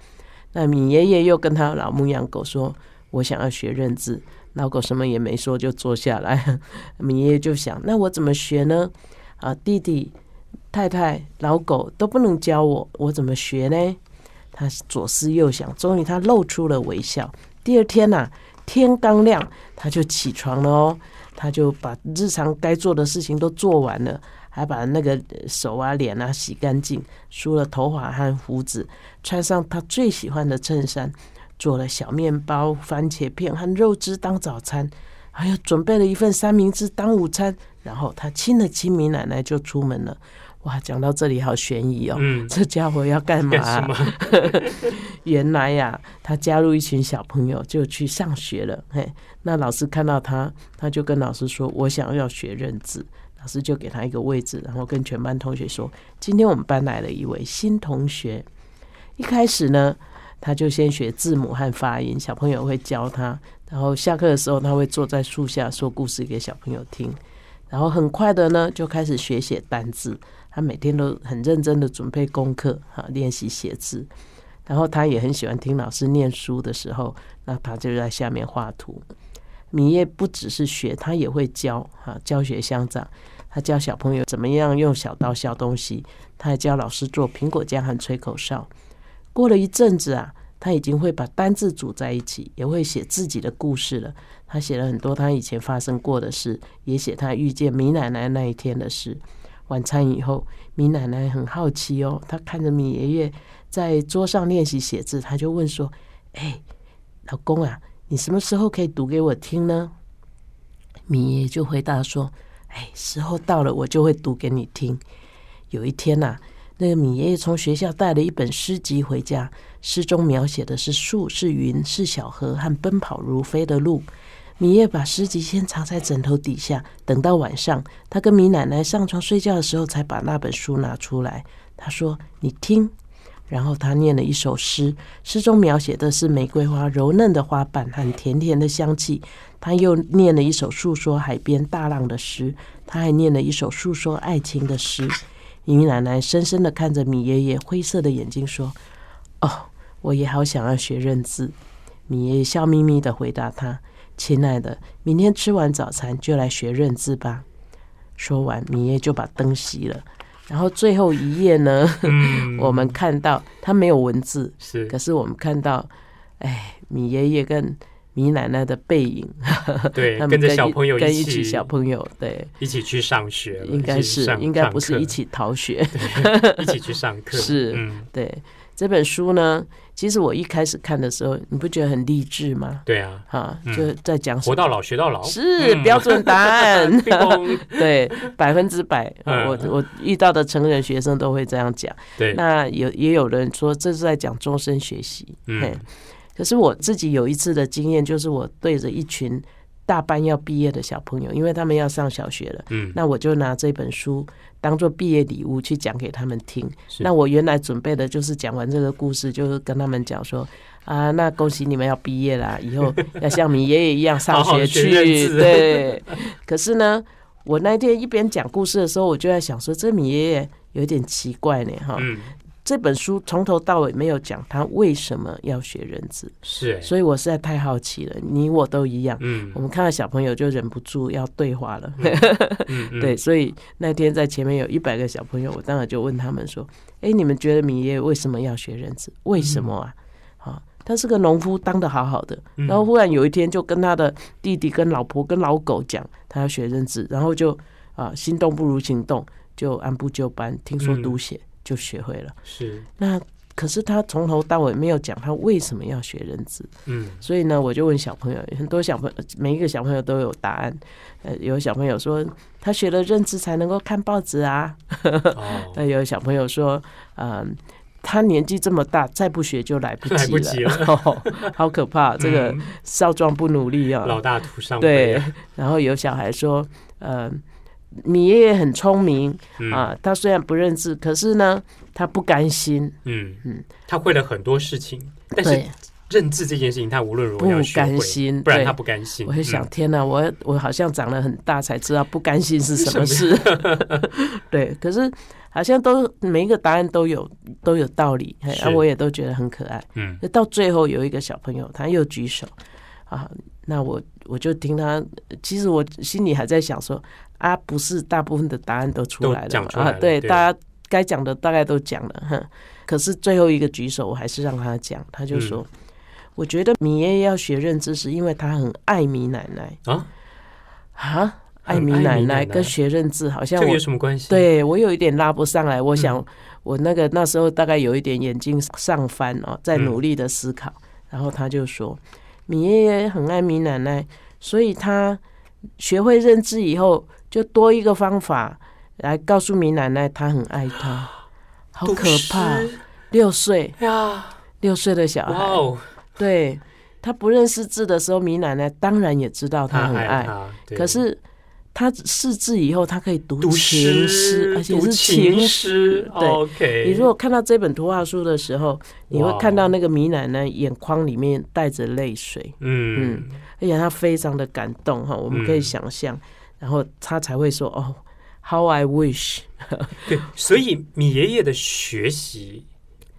[SPEAKER 2] 那米爷爷又跟他老牧羊狗说：“我想要学认字。”老狗什么也没说，就坐下来。 [LAUGHS] 米爷爷就想：“那我怎么学呢？”啊，弟弟太太、老狗都不能教我，我怎么学呢？他左思右想，终于他露出了微笑。第二天呐、天刚亮，他就起床了哦，他就把日常该做的事情都做完了，还把那个呃手啊、脸啊洗干净，梳了头发和胡子，穿上他最喜欢的衬衫，做了小面包、番茄片和肉汁当早餐，还有准备了一份三明治当午餐。然后他亲了亲米奶奶，就出门了。哇，讲到这里好悬疑哦，
[SPEAKER 3] 嗯
[SPEAKER 2] 这家伙要干嘛、
[SPEAKER 3] 干什
[SPEAKER 2] 啊？
[SPEAKER 3] 么？
[SPEAKER 2] [LAUGHS] 原来呀、他加入一群小朋友就去上学了。嘿，那老师看到他，他就跟老师说：“我想要学认字。”老师就给他一个位置，然后跟全班同学说：“今天我们班来了一位新同学。”一开始呢，他就先学字母和发音，小朋友会教他。然后下课的时候，他会坐在树下说故事给小朋友听。然后很快的呢，就开始学写单字。他每天都很认真的准备功课，哈，练习写字。然后他也很喜欢听老师念书的时候，那他就在下面画图。米叶不只是学，他也会教哈、教学相长。他教小朋友怎么样用小刀削东西，他还教老师做苹果酱和吹口哨。过了一阵子啊，他已经会把单字组在一起，也会写自己的故事了。他写了很多他以前发生过的事，也写他遇见米奶奶那一天的事。晚餐以后，米奶奶很好奇哦，她看着米爷爷在桌上练习写字，她就问说：“哎，老公啊，你什么时候可以读给我听呢？”米爷爷就回答说：“哎，时候到了，我就会读给你听。”有一天呐、那个米爷爷从学校带了一本诗集回家，诗中描写的是树、是云、是小河和奔跑如飞的路。米叶把诗集先藏在枕头底下，等到晚上，他跟米奶奶上床睡觉的时候，才把那本书拿出来。他说：“你听。”然后他念了一首诗，诗中描写的是玫瑰花柔嫩的花瓣和甜甜的香气。他又念了一首诉说海边大浪的诗，他还念了一首诉说爱情的诗。米奶奶深深的看着米爷爷灰色的眼睛说：“哦，我也好想要学认字。”米爷爷笑眯眯的回答他：“亲爱的，明天吃完早餐就来学认字吧。”说完，米爷就把灯熄了。然后最后一页呢，
[SPEAKER 3] 嗯
[SPEAKER 2] [LAUGHS] 我们看到它没有文字，
[SPEAKER 3] 是
[SPEAKER 2] 可是我们看到，哎，米爷爷跟米奶奶的背影，
[SPEAKER 3] 对
[SPEAKER 2] 他，们
[SPEAKER 3] 跟着
[SPEAKER 2] 一
[SPEAKER 3] 小朋友
[SPEAKER 2] 跟一
[SPEAKER 3] 起
[SPEAKER 2] 起小朋友，对，
[SPEAKER 3] 一起去上学了，
[SPEAKER 2] 应该
[SPEAKER 3] 一起
[SPEAKER 2] 是
[SPEAKER 3] 上
[SPEAKER 2] 应该不是一
[SPEAKER 3] 上
[SPEAKER 2] 起逃
[SPEAKER 3] [LAUGHS]
[SPEAKER 2] 学，
[SPEAKER 3] 课一起去上课，
[SPEAKER 2] [LAUGHS] 是
[SPEAKER 3] 嗯，
[SPEAKER 2] 对。这本书呢，其实我一开始看的时候，你不觉得很励志吗？
[SPEAKER 3] 对啊，
[SPEAKER 2] 哈
[SPEAKER 3] 嗯，
[SPEAKER 2] 就在讲什
[SPEAKER 3] 活
[SPEAKER 2] 么？
[SPEAKER 3] 到老学到老，
[SPEAKER 2] 是
[SPEAKER 3] 嗯
[SPEAKER 2] 标准答案，
[SPEAKER 3] [LAUGHS] 叮咚
[SPEAKER 2] [LAUGHS] 对，百分之百。
[SPEAKER 3] 嗯
[SPEAKER 2] 我我遇到的成人学生都会这样讲。
[SPEAKER 3] 对，
[SPEAKER 2] 那有也有人说这是在讲终身学习，
[SPEAKER 3] 嗯
[SPEAKER 2] 嘿。可是我自己有一次的经验，就是我对着一群大班要毕业的小朋友，因为他们要上小学了，
[SPEAKER 3] 嗯，
[SPEAKER 2] 那我就拿这本书当做毕业礼物去讲给他们听。
[SPEAKER 3] 是
[SPEAKER 2] 那我原来准备的就是讲完这个故事，就是跟他们讲说。啊，那恭喜你们要毕业啦！以后要像你爷爷一样上
[SPEAKER 3] 好好
[SPEAKER 2] 学
[SPEAKER 3] 学
[SPEAKER 2] 去。
[SPEAKER 3] 认字
[SPEAKER 2] 对，可是呢，我那天一边讲故事的时候，我就在想说，这米爷爷有点奇怪呢，哈。
[SPEAKER 3] 嗯
[SPEAKER 2] 这本书从头到尾没有讲他为什么要学认字，
[SPEAKER 3] 是欸，
[SPEAKER 2] 所以我实在太好奇了。你我都一样，
[SPEAKER 3] 嗯
[SPEAKER 2] 我们看到小朋友就忍不住要对话了。 [LAUGHS]
[SPEAKER 3] 嗯嗯，
[SPEAKER 2] 对，所以那天在前面有一百个小朋友，我当然就问他们说：“哎，你们觉得米耶为什么要学认字？为什么啊？好、他是个农夫，当的好好的，
[SPEAKER 3] 嗯，
[SPEAKER 2] 然后忽然有一天就跟他的弟弟、跟老婆、跟老狗讲他要学认字，然后就啊心动不如行动，就按部就班，听说
[SPEAKER 3] 嗯
[SPEAKER 2] 读写就学会了。
[SPEAKER 3] 是，
[SPEAKER 2] 那可是他从头到尾没有讲他为什么要学认字， [LAUGHS]
[SPEAKER 3] 嗯
[SPEAKER 2] 所以呢，我就问小朋友，很多小朋友，每一个小朋友都有答案。呃，有小朋友说他学了认字才能够看报纸啊，
[SPEAKER 3] 哦
[SPEAKER 2] 那，有小朋友说，嗯、他年纪这么大，再不学就来不及了，
[SPEAKER 3] 来不
[SPEAKER 2] [LAUGHS]
[SPEAKER 3] 及
[SPEAKER 2] 哦好可怕！这个
[SPEAKER 3] 嗯
[SPEAKER 2] 少壮不努力啊、
[SPEAKER 3] 老大徒伤悲啊
[SPEAKER 2] 对，然后有小孩说，呃，你爷爷很聪明
[SPEAKER 3] 嗯
[SPEAKER 2] 啊，他虽然不认字，可是呢，他不甘心，
[SPEAKER 3] 嗯嗯
[SPEAKER 2] 嗯，
[SPEAKER 3] 他会了很多事情，但
[SPEAKER 2] 对
[SPEAKER 3] 是。认字这件事情，他无论如何要
[SPEAKER 2] 不
[SPEAKER 3] 学会
[SPEAKER 2] 甘心
[SPEAKER 3] 不然
[SPEAKER 2] 对
[SPEAKER 3] 他不甘心。
[SPEAKER 2] 我就想，
[SPEAKER 3] 嗯，
[SPEAKER 2] 天哪，我我好像长了很大才知道不甘心是什么事。 [LAUGHS] 对，可是好像都每一个答案都有都有道理，嘿
[SPEAKER 3] 是
[SPEAKER 2] 啊，我也都觉得很可爱。
[SPEAKER 3] 嗯
[SPEAKER 2] 那到最后有一个小朋友，他又举手啊，那我我就听他，其实我心里还在想说啊，不是大部分的答案都出来
[SPEAKER 3] 都
[SPEAKER 2] 了
[SPEAKER 3] 讲
[SPEAKER 2] 嘛
[SPEAKER 3] 出来了
[SPEAKER 2] 啊，对，
[SPEAKER 3] 对
[SPEAKER 2] 大家该讲的大概都讲了，哼。可是最后一个举手，我还是让他讲，他就说。
[SPEAKER 3] 嗯
[SPEAKER 2] 我觉得米爷爷要学认知，是因为他很爱米奶奶
[SPEAKER 3] 啊，
[SPEAKER 2] 啊，
[SPEAKER 3] 很
[SPEAKER 2] 爱米
[SPEAKER 3] 爱
[SPEAKER 2] 奶
[SPEAKER 3] 米奶
[SPEAKER 2] 奶
[SPEAKER 3] 奶
[SPEAKER 2] 跟学认字好
[SPEAKER 3] 这
[SPEAKER 2] 像
[SPEAKER 3] 个
[SPEAKER 2] 我
[SPEAKER 3] 有什么关系？，
[SPEAKER 2] 对我有一点拉不上来。我
[SPEAKER 3] 嗯
[SPEAKER 2] 想我那个那时候大概有一点眼睛上翻哦，在
[SPEAKER 3] 嗯
[SPEAKER 2] 努力的思考。然后他就说，米爷爷很爱米奶奶，所以他学会认字以后，就多一个方法来告诉米奶奶他很爱她。
[SPEAKER 3] 啊
[SPEAKER 2] 好可怕！六岁，
[SPEAKER 3] 呀！
[SPEAKER 2] 六岁的小
[SPEAKER 3] 哇
[SPEAKER 2] 孩，
[SPEAKER 3] 哦，
[SPEAKER 2] 对他不认识字的时候，米奶奶当然也知道他
[SPEAKER 3] 他
[SPEAKER 2] 很爱，
[SPEAKER 3] 他，对
[SPEAKER 2] 可是他识字以后，他可以读
[SPEAKER 3] 读
[SPEAKER 2] 情诗，而且
[SPEAKER 3] 读
[SPEAKER 2] 是
[SPEAKER 3] 情
[SPEAKER 2] 诗。对，
[SPEAKER 3] ，OK，
[SPEAKER 2] 你如果看到这本图画书的时候，你会
[SPEAKER 3] 哇哦
[SPEAKER 2] 看到那个米奶奶眼眶里面带着泪水，
[SPEAKER 3] 嗯
[SPEAKER 2] 而且她非常的感动哈，我们可以
[SPEAKER 3] 嗯
[SPEAKER 2] 想象，然后她才会说哦，How I wish。
[SPEAKER 3] 对，所以米爷爷的学习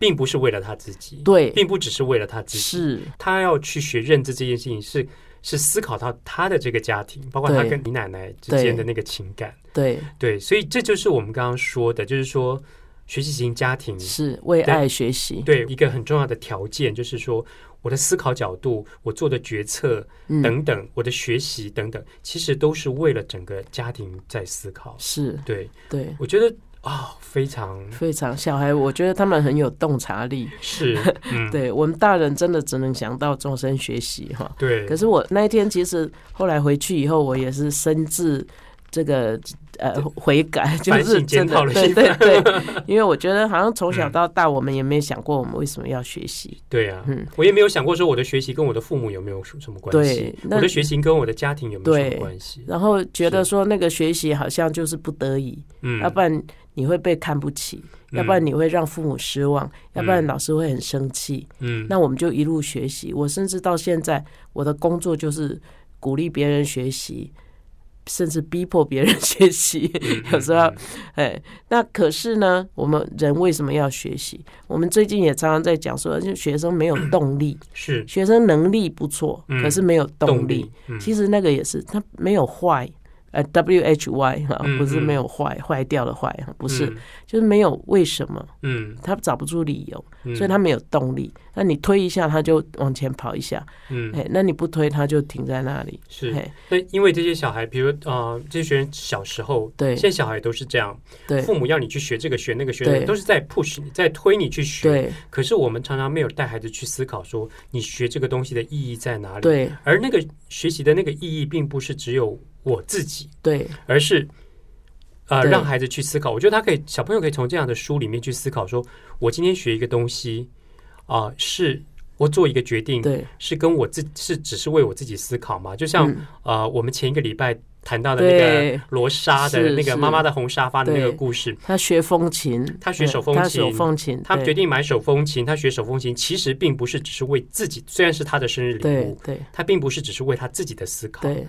[SPEAKER 3] 并不是为了他自己，
[SPEAKER 2] 对
[SPEAKER 3] 并不只是为了他自己，
[SPEAKER 2] 是，
[SPEAKER 3] 他要去学认知这件事情是是思考到他的这个家庭，包括他
[SPEAKER 2] 对
[SPEAKER 3] 跟你奶奶之间的那个情感，
[SPEAKER 2] 对，
[SPEAKER 3] 对，所以这就是我们刚刚说的，就是说学习型家庭
[SPEAKER 2] 是为
[SPEAKER 3] 对
[SPEAKER 2] 爱学习。
[SPEAKER 3] 对一个很重要的条件，就是说我的思考角度、我做的决策
[SPEAKER 2] 嗯，
[SPEAKER 3] 等等，我的学习等等，其实都是为了整个家庭在思考。
[SPEAKER 2] 是，
[SPEAKER 3] 对，
[SPEAKER 2] 对。
[SPEAKER 3] 我觉得啊、
[SPEAKER 2] [LAUGHS]
[SPEAKER 3] 非常
[SPEAKER 2] 非常小孩，我觉得他们很有洞察力。
[SPEAKER 3] 是，嗯，
[SPEAKER 2] 对我们大人真的只能想到终身学习哈。
[SPEAKER 3] 对，
[SPEAKER 2] 可是我那一天其实后来回去以后，我也是深自这个呃悔
[SPEAKER 3] [LAUGHS]
[SPEAKER 2] 改，就是
[SPEAKER 3] 省检
[SPEAKER 2] 真的
[SPEAKER 3] 讨了
[SPEAKER 2] 对
[SPEAKER 3] 一嗯
[SPEAKER 2] 对对，因为我觉得好像从小到大我们也没想过我们为什么要学习，
[SPEAKER 3] 对啊，
[SPEAKER 2] 嗯
[SPEAKER 3] 我也没有想过说我的学习跟我的父母有没有什么关系
[SPEAKER 2] 对，那
[SPEAKER 3] 我的学习跟我的家庭有没有什么
[SPEAKER 2] 对
[SPEAKER 3] 关系？
[SPEAKER 2] 然后觉得
[SPEAKER 3] 是
[SPEAKER 2] 说那个学习好像就是不得已，
[SPEAKER 3] 嗯，
[SPEAKER 2] 要不然你会被看不起，
[SPEAKER 3] 嗯
[SPEAKER 2] 要不然你会让父母失望，要不然老师会很生气。
[SPEAKER 3] 嗯，
[SPEAKER 2] 那我们就一路学习。我甚至到现在，我的工作就是鼓励别人学习，甚至逼迫别人 [LAUGHS] 学习。有时候
[SPEAKER 3] 嗯，
[SPEAKER 2] 哎，那可是呢，我们人为什么要学习？我们最近也常常在讲说，就学生没有动力，
[SPEAKER 3] 是
[SPEAKER 2] 学生能力不错，
[SPEAKER 3] 嗯
[SPEAKER 2] 可是没有动
[SPEAKER 3] 动
[SPEAKER 2] 力
[SPEAKER 3] 力。，嗯
[SPEAKER 2] 其实那个也是，他没有坏。呃，W H Y 哈
[SPEAKER 3] 嗯，
[SPEAKER 2] 不是
[SPEAKER 3] 嗯
[SPEAKER 2] 没有坏，坏掉的坏哈，不是，
[SPEAKER 3] 嗯
[SPEAKER 2] 就是没有为什么，
[SPEAKER 3] 嗯，
[SPEAKER 2] 他找不出理由，
[SPEAKER 3] 嗯
[SPEAKER 2] 所以他没有动力。那你推一下，他就往前跑一下， [LAUGHS]
[SPEAKER 3] 嗯
[SPEAKER 2] 哎，那你不推，他就停在那里。
[SPEAKER 3] 是，
[SPEAKER 2] 哎，
[SPEAKER 3] 那因为这些小孩，比如呃，这些学生小时候，
[SPEAKER 2] 对
[SPEAKER 3] 现在小孩都是这样，
[SPEAKER 2] 对
[SPEAKER 3] 父母要你去学这个学那个学那个，
[SPEAKER 2] 对
[SPEAKER 3] 都是在 push 你，在推你去学。
[SPEAKER 2] 对
[SPEAKER 3] 可是我们常常没有带孩子去思考说，你学这个东西的意义在哪里？，
[SPEAKER 2] 对
[SPEAKER 3] 而那个学习的那个意义，并不是只有我自己，
[SPEAKER 2] 对
[SPEAKER 3] 而是呃
[SPEAKER 2] 对
[SPEAKER 3] 让孩子去思考。我觉得他可以，小朋友可以从这样的书里面去思考说我今天学一个东西啊、是我做一个决定，
[SPEAKER 2] 对，
[SPEAKER 3] 是跟我自是只是为我自己思考吗？就像、
[SPEAKER 2] 嗯
[SPEAKER 3] 呃，我们前一个礼拜谈到的那
[SPEAKER 2] 对
[SPEAKER 3] 个罗莎的
[SPEAKER 2] 是
[SPEAKER 3] 那个
[SPEAKER 2] 是
[SPEAKER 3] 妈妈的红沙发的那个
[SPEAKER 2] 对
[SPEAKER 3] 故事。
[SPEAKER 2] 他学风琴，
[SPEAKER 3] 他学手
[SPEAKER 2] 哎
[SPEAKER 3] 风
[SPEAKER 2] 他手
[SPEAKER 3] 琴
[SPEAKER 2] 风琴，
[SPEAKER 3] 他
[SPEAKER 2] 对
[SPEAKER 3] 决定买手风琴，他学手风琴其实并不是只是为自己，虽然是他的生日礼
[SPEAKER 2] 对
[SPEAKER 3] 物，
[SPEAKER 2] 对
[SPEAKER 3] 他并不是只是为他自己的思考，
[SPEAKER 2] 对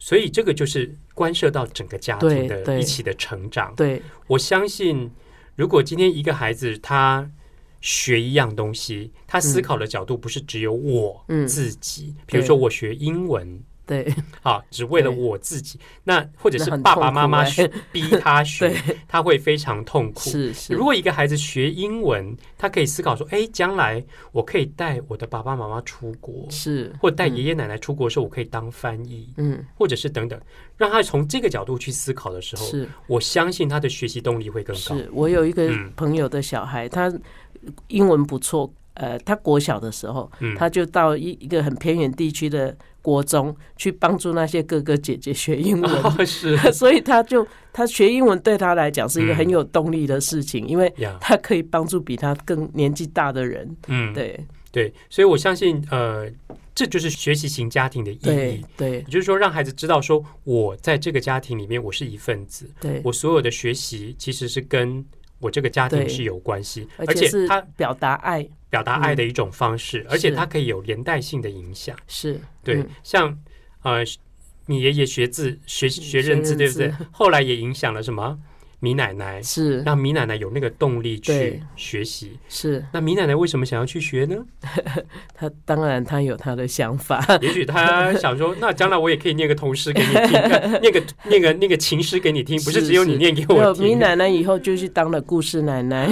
[SPEAKER 3] 所以这个就是关涉到整个家庭
[SPEAKER 2] 对
[SPEAKER 3] 的
[SPEAKER 2] 对
[SPEAKER 3] 一起的成长。
[SPEAKER 2] 对
[SPEAKER 3] 我相信，如果今天一个孩子他学一样东西，他思考的角度不是只有我
[SPEAKER 2] 嗯
[SPEAKER 3] 自己，比如说我学英文
[SPEAKER 2] 对
[SPEAKER 3] 啊，只为了
[SPEAKER 2] 对
[SPEAKER 3] 我自己，那或者是
[SPEAKER 2] 那很
[SPEAKER 3] 爸爸妈妈
[SPEAKER 2] 痛苦哎
[SPEAKER 3] 逼他学，他会非常痛苦。
[SPEAKER 2] [LAUGHS] 是是，
[SPEAKER 3] 如果一个孩子学英文，他可以思考说：“哎，将来我可以带我的爸爸妈妈出国，
[SPEAKER 2] 是
[SPEAKER 3] 或带爷爷奶奶出国的时候，我可以当翻译，
[SPEAKER 2] 嗯
[SPEAKER 3] 或者是等等。”让他从这个角度去思考的时候，
[SPEAKER 2] 是。
[SPEAKER 3] 我相信他的学习动力会更高。
[SPEAKER 2] 是我有一个
[SPEAKER 3] 嗯
[SPEAKER 2] 朋友的小孩，他英文不错，呃，他国小的时候，
[SPEAKER 3] 嗯
[SPEAKER 2] 他就到一一个很偏远地区的国中去帮助那些哥哥姐姐学英文。
[SPEAKER 3] 哦， [LAUGHS] 是
[SPEAKER 2] [LAUGHS] 所以他就他学英文对他来讲是一个
[SPEAKER 3] 嗯
[SPEAKER 2] 很有动力的事情，因为
[SPEAKER 3] 呀，
[SPEAKER 2] 他可以帮助比他更年纪大的人。
[SPEAKER 3] 嗯，
[SPEAKER 2] 对
[SPEAKER 3] 对，所以我相信，呃，这就是学习型家庭的意
[SPEAKER 2] 对
[SPEAKER 3] 义，
[SPEAKER 2] 对
[SPEAKER 3] 也就是说，让孩子知道说，我在这个家庭里面，我是一份子，
[SPEAKER 2] 对，
[SPEAKER 3] 我所有的学习其实是跟我这个家庭
[SPEAKER 2] 对
[SPEAKER 3] 是有关系，
[SPEAKER 2] 而
[SPEAKER 3] 而且
[SPEAKER 2] 是
[SPEAKER 3] 他
[SPEAKER 2] 表达爱
[SPEAKER 3] 表达爱的一种方式，而且
[SPEAKER 2] 嗯是
[SPEAKER 3] 它可以有连带性的影响。
[SPEAKER 2] 是
[SPEAKER 3] 对，
[SPEAKER 2] 嗯
[SPEAKER 3] 像呃，你爷爷学字学学认字，
[SPEAKER 2] 学认
[SPEAKER 3] 对不对
[SPEAKER 2] 字？
[SPEAKER 3] 后来也影响了什么米奶奶，
[SPEAKER 2] 是
[SPEAKER 3] 让米奶奶有那个动力去
[SPEAKER 2] 对
[SPEAKER 3] 学习。
[SPEAKER 2] 是，
[SPEAKER 3] 那米奶奶为什么想要去学呢？
[SPEAKER 2] 他当然他有他的想法，
[SPEAKER 3] [LAUGHS] 也许她想说，那将来我也可以念个童诗给你听， [LAUGHS] 呃念个念个那个情诗给你听，不是只有你念给我
[SPEAKER 2] 有
[SPEAKER 3] 听。
[SPEAKER 2] 米奶奶以后就去当了故事奶奶。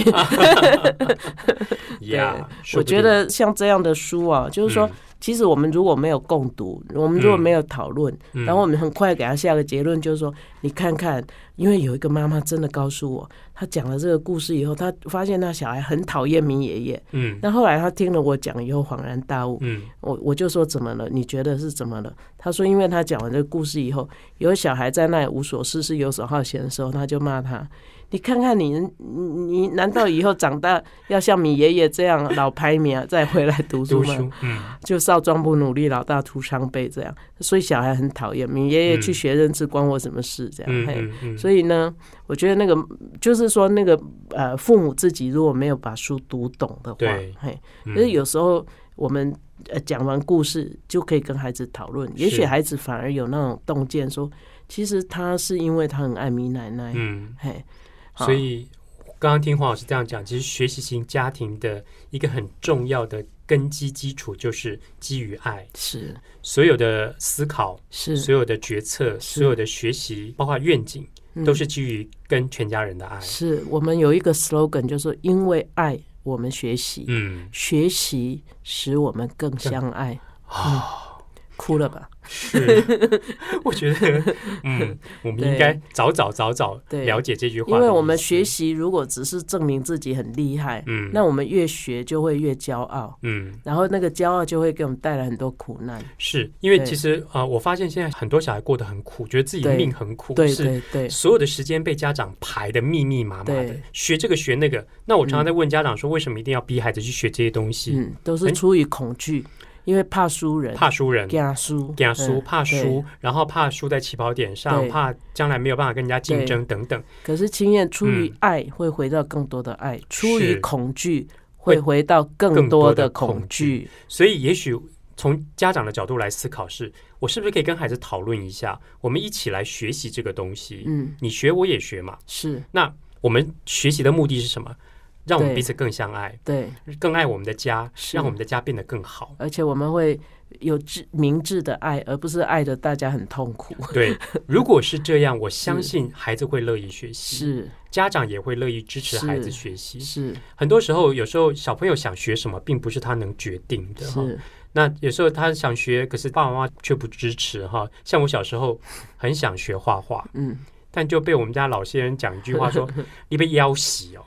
[SPEAKER 3] 呀，说
[SPEAKER 2] 我
[SPEAKER 3] 不定
[SPEAKER 2] 觉得像这样的书啊，就是说
[SPEAKER 3] 嗯，
[SPEAKER 2] 其实我们如果没有共读，我们如果
[SPEAKER 3] 嗯
[SPEAKER 2] 没有讨论，
[SPEAKER 3] 嗯
[SPEAKER 2] 然后我们很快给他下个结论，就是说，你看看，因为有一个妈妈真的告诉我，她讲了这个故事以后，她发现那小孩很讨厌明爷爷，
[SPEAKER 3] 嗯
[SPEAKER 2] 那后来她听了我讲以后恍然大悟，
[SPEAKER 3] 嗯
[SPEAKER 2] 我我就说怎么了？你觉得是怎么了？他说，因为他讲完这个故事以后，有小孩在那里无所事事、游手好闲的时候，他就骂他：“你看看你，你你难道以后长大要像你爷爷这样老排名啊再回来读书
[SPEAKER 3] 读
[SPEAKER 2] 吗？
[SPEAKER 3] 书嗯
[SPEAKER 2] 就少壮不努力，老大徒伤悲这样。”所以小孩很讨厌你爷爷去
[SPEAKER 3] 嗯
[SPEAKER 2] 学认字，关我什么事？这样。
[SPEAKER 3] 嗯
[SPEAKER 2] 嘿
[SPEAKER 3] 嗯嗯，
[SPEAKER 2] 所以呢，我觉得那个就是说，那个呃，父母自己如果没有把书读懂的话
[SPEAKER 3] 对，
[SPEAKER 2] 嘿，
[SPEAKER 3] 嗯
[SPEAKER 2] 可是有时候我们呃讲完故事就可以跟孩子讨论，也许
[SPEAKER 3] 是
[SPEAKER 2] 孩子反而有那种洞见说，其实他是因为他很爱米奶奶，
[SPEAKER 3] 嗯。
[SPEAKER 2] 嘿，好
[SPEAKER 3] 所以刚刚听黄老师这样讲，其实学习型家庭的一个很重要的根基基础就是基于爱，
[SPEAKER 2] 是
[SPEAKER 3] 所有的思考、
[SPEAKER 2] 是
[SPEAKER 3] 所有的决策、
[SPEAKER 2] 嗯是
[SPEAKER 3] 所有的学习，包括愿景，
[SPEAKER 2] 嗯
[SPEAKER 3] 都是基于跟全家人的爱。
[SPEAKER 2] 是我们有一个 slogan，就是说因为爱我们学习，
[SPEAKER 3] 嗯，
[SPEAKER 2] 学习使我们更相爱，嗯
[SPEAKER 3] 啊，
[SPEAKER 2] 哭了吧？
[SPEAKER 3] 是，
[SPEAKER 2] [LAUGHS]
[SPEAKER 3] 我觉得，嗯，我们应该早早早早
[SPEAKER 2] 对
[SPEAKER 3] 了解这句话，
[SPEAKER 2] 因为我们学，习如果只是证明自己很厉害，
[SPEAKER 3] 嗯，
[SPEAKER 2] 那我们越学就会越骄傲，
[SPEAKER 3] 嗯，
[SPEAKER 2] 然后那个骄傲就会给我们带来很多苦难。
[SPEAKER 3] 是因为
[SPEAKER 2] 对
[SPEAKER 3] 其实啊、呃我发现现在很多小孩过得很苦，觉得自己
[SPEAKER 2] 对
[SPEAKER 3] 命很苦，
[SPEAKER 2] 对
[SPEAKER 3] 是
[SPEAKER 2] 对对
[SPEAKER 3] 所有的时间被家长排的密密麻麻的
[SPEAKER 2] 对，
[SPEAKER 3] 学这个学那个。那我常
[SPEAKER 2] 嗯
[SPEAKER 3] 常在问家长说，为什么一定要逼孩子去学这些东西？
[SPEAKER 2] 嗯，都是
[SPEAKER 3] 哎
[SPEAKER 2] 出于恐惧，因为怕输人，
[SPEAKER 3] 怕输人，
[SPEAKER 2] 怕输，
[SPEAKER 3] 给他输，
[SPEAKER 2] 嗯
[SPEAKER 3] 怕输，，然后怕输在起跑点上，
[SPEAKER 2] 对
[SPEAKER 3] 怕将来没有办法跟人家竞争等等。
[SPEAKER 2] 对可是青燕出于
[SPEAKER 3] 嗯
[SPEAKER 2] 爱会回到更多的爱，出于
[SPEAKER 3] 是
[SPEAKER 2] 恐惧
[SPEAKER 3] 会
[SPEAKER 2] 会回到
[SPEAKER 3] 更
[SPEAKER 2] 更
[SPEAKER 3] 多
[SPEAKER 2] 多
[SPEAKER 3] 的
[SPEAKER 2] 的
[SPEAKER 3] 恐
[SPEAKER 2] 恐惧。
[SPEAKER 3] 所以，也许从家长的角度来思考是，我是不是可以跟孩子讨论一下，我们一起来学习这个东西？
[SPEAKER 2] 嗯，
[SPEAKER 3] 你学我也学嘛。
[SPEAKER 2] 是
[SPEAKER 3] 那我们学习的目的是什么？让我们
[SPEAKER 2] 对
[SPEAKER 3] 彼此更相爱，
[SPEAKER 2] 对，
[SPEAKER 3] 更爱我们的家，
[SPEAKER 2] 是
[SPEAKER 3] 让我们的家变得
[SPEAKER 2] [LAUGHS]
[SPEAKER 3] 更好。
[SPEAKER 2] 而且我们会有智明智的爱，而不是爱的大家很痛苦。
[SPEAKER 3] 对，如果是这样，我相信孩子会乐意学习，
[SPEAKER 2] 是
[SPEAKER 3] 家长也会乐意支持孩
[SPEAKER 2] 是
[SPEAKER 3] 子学习。
[SPEAKER 2] 是
[SPEAKER 3] 很多时候，有时候小朋友想学什么，并不是他能决定的哈。
[SPEAKER 2] 是，
[SPEAKER 3] 那有时候他想学，可是爸爸妈妈却不支持哈。像我小时候很想学画画，
[SPEAKER 2] 嗯，
[SPEAKER 3] 但就被我们家老先生讲一句
[SPEAKER 2] [LAUGHS]
[SPEAKER 3] 话说：“你被要挟哦。”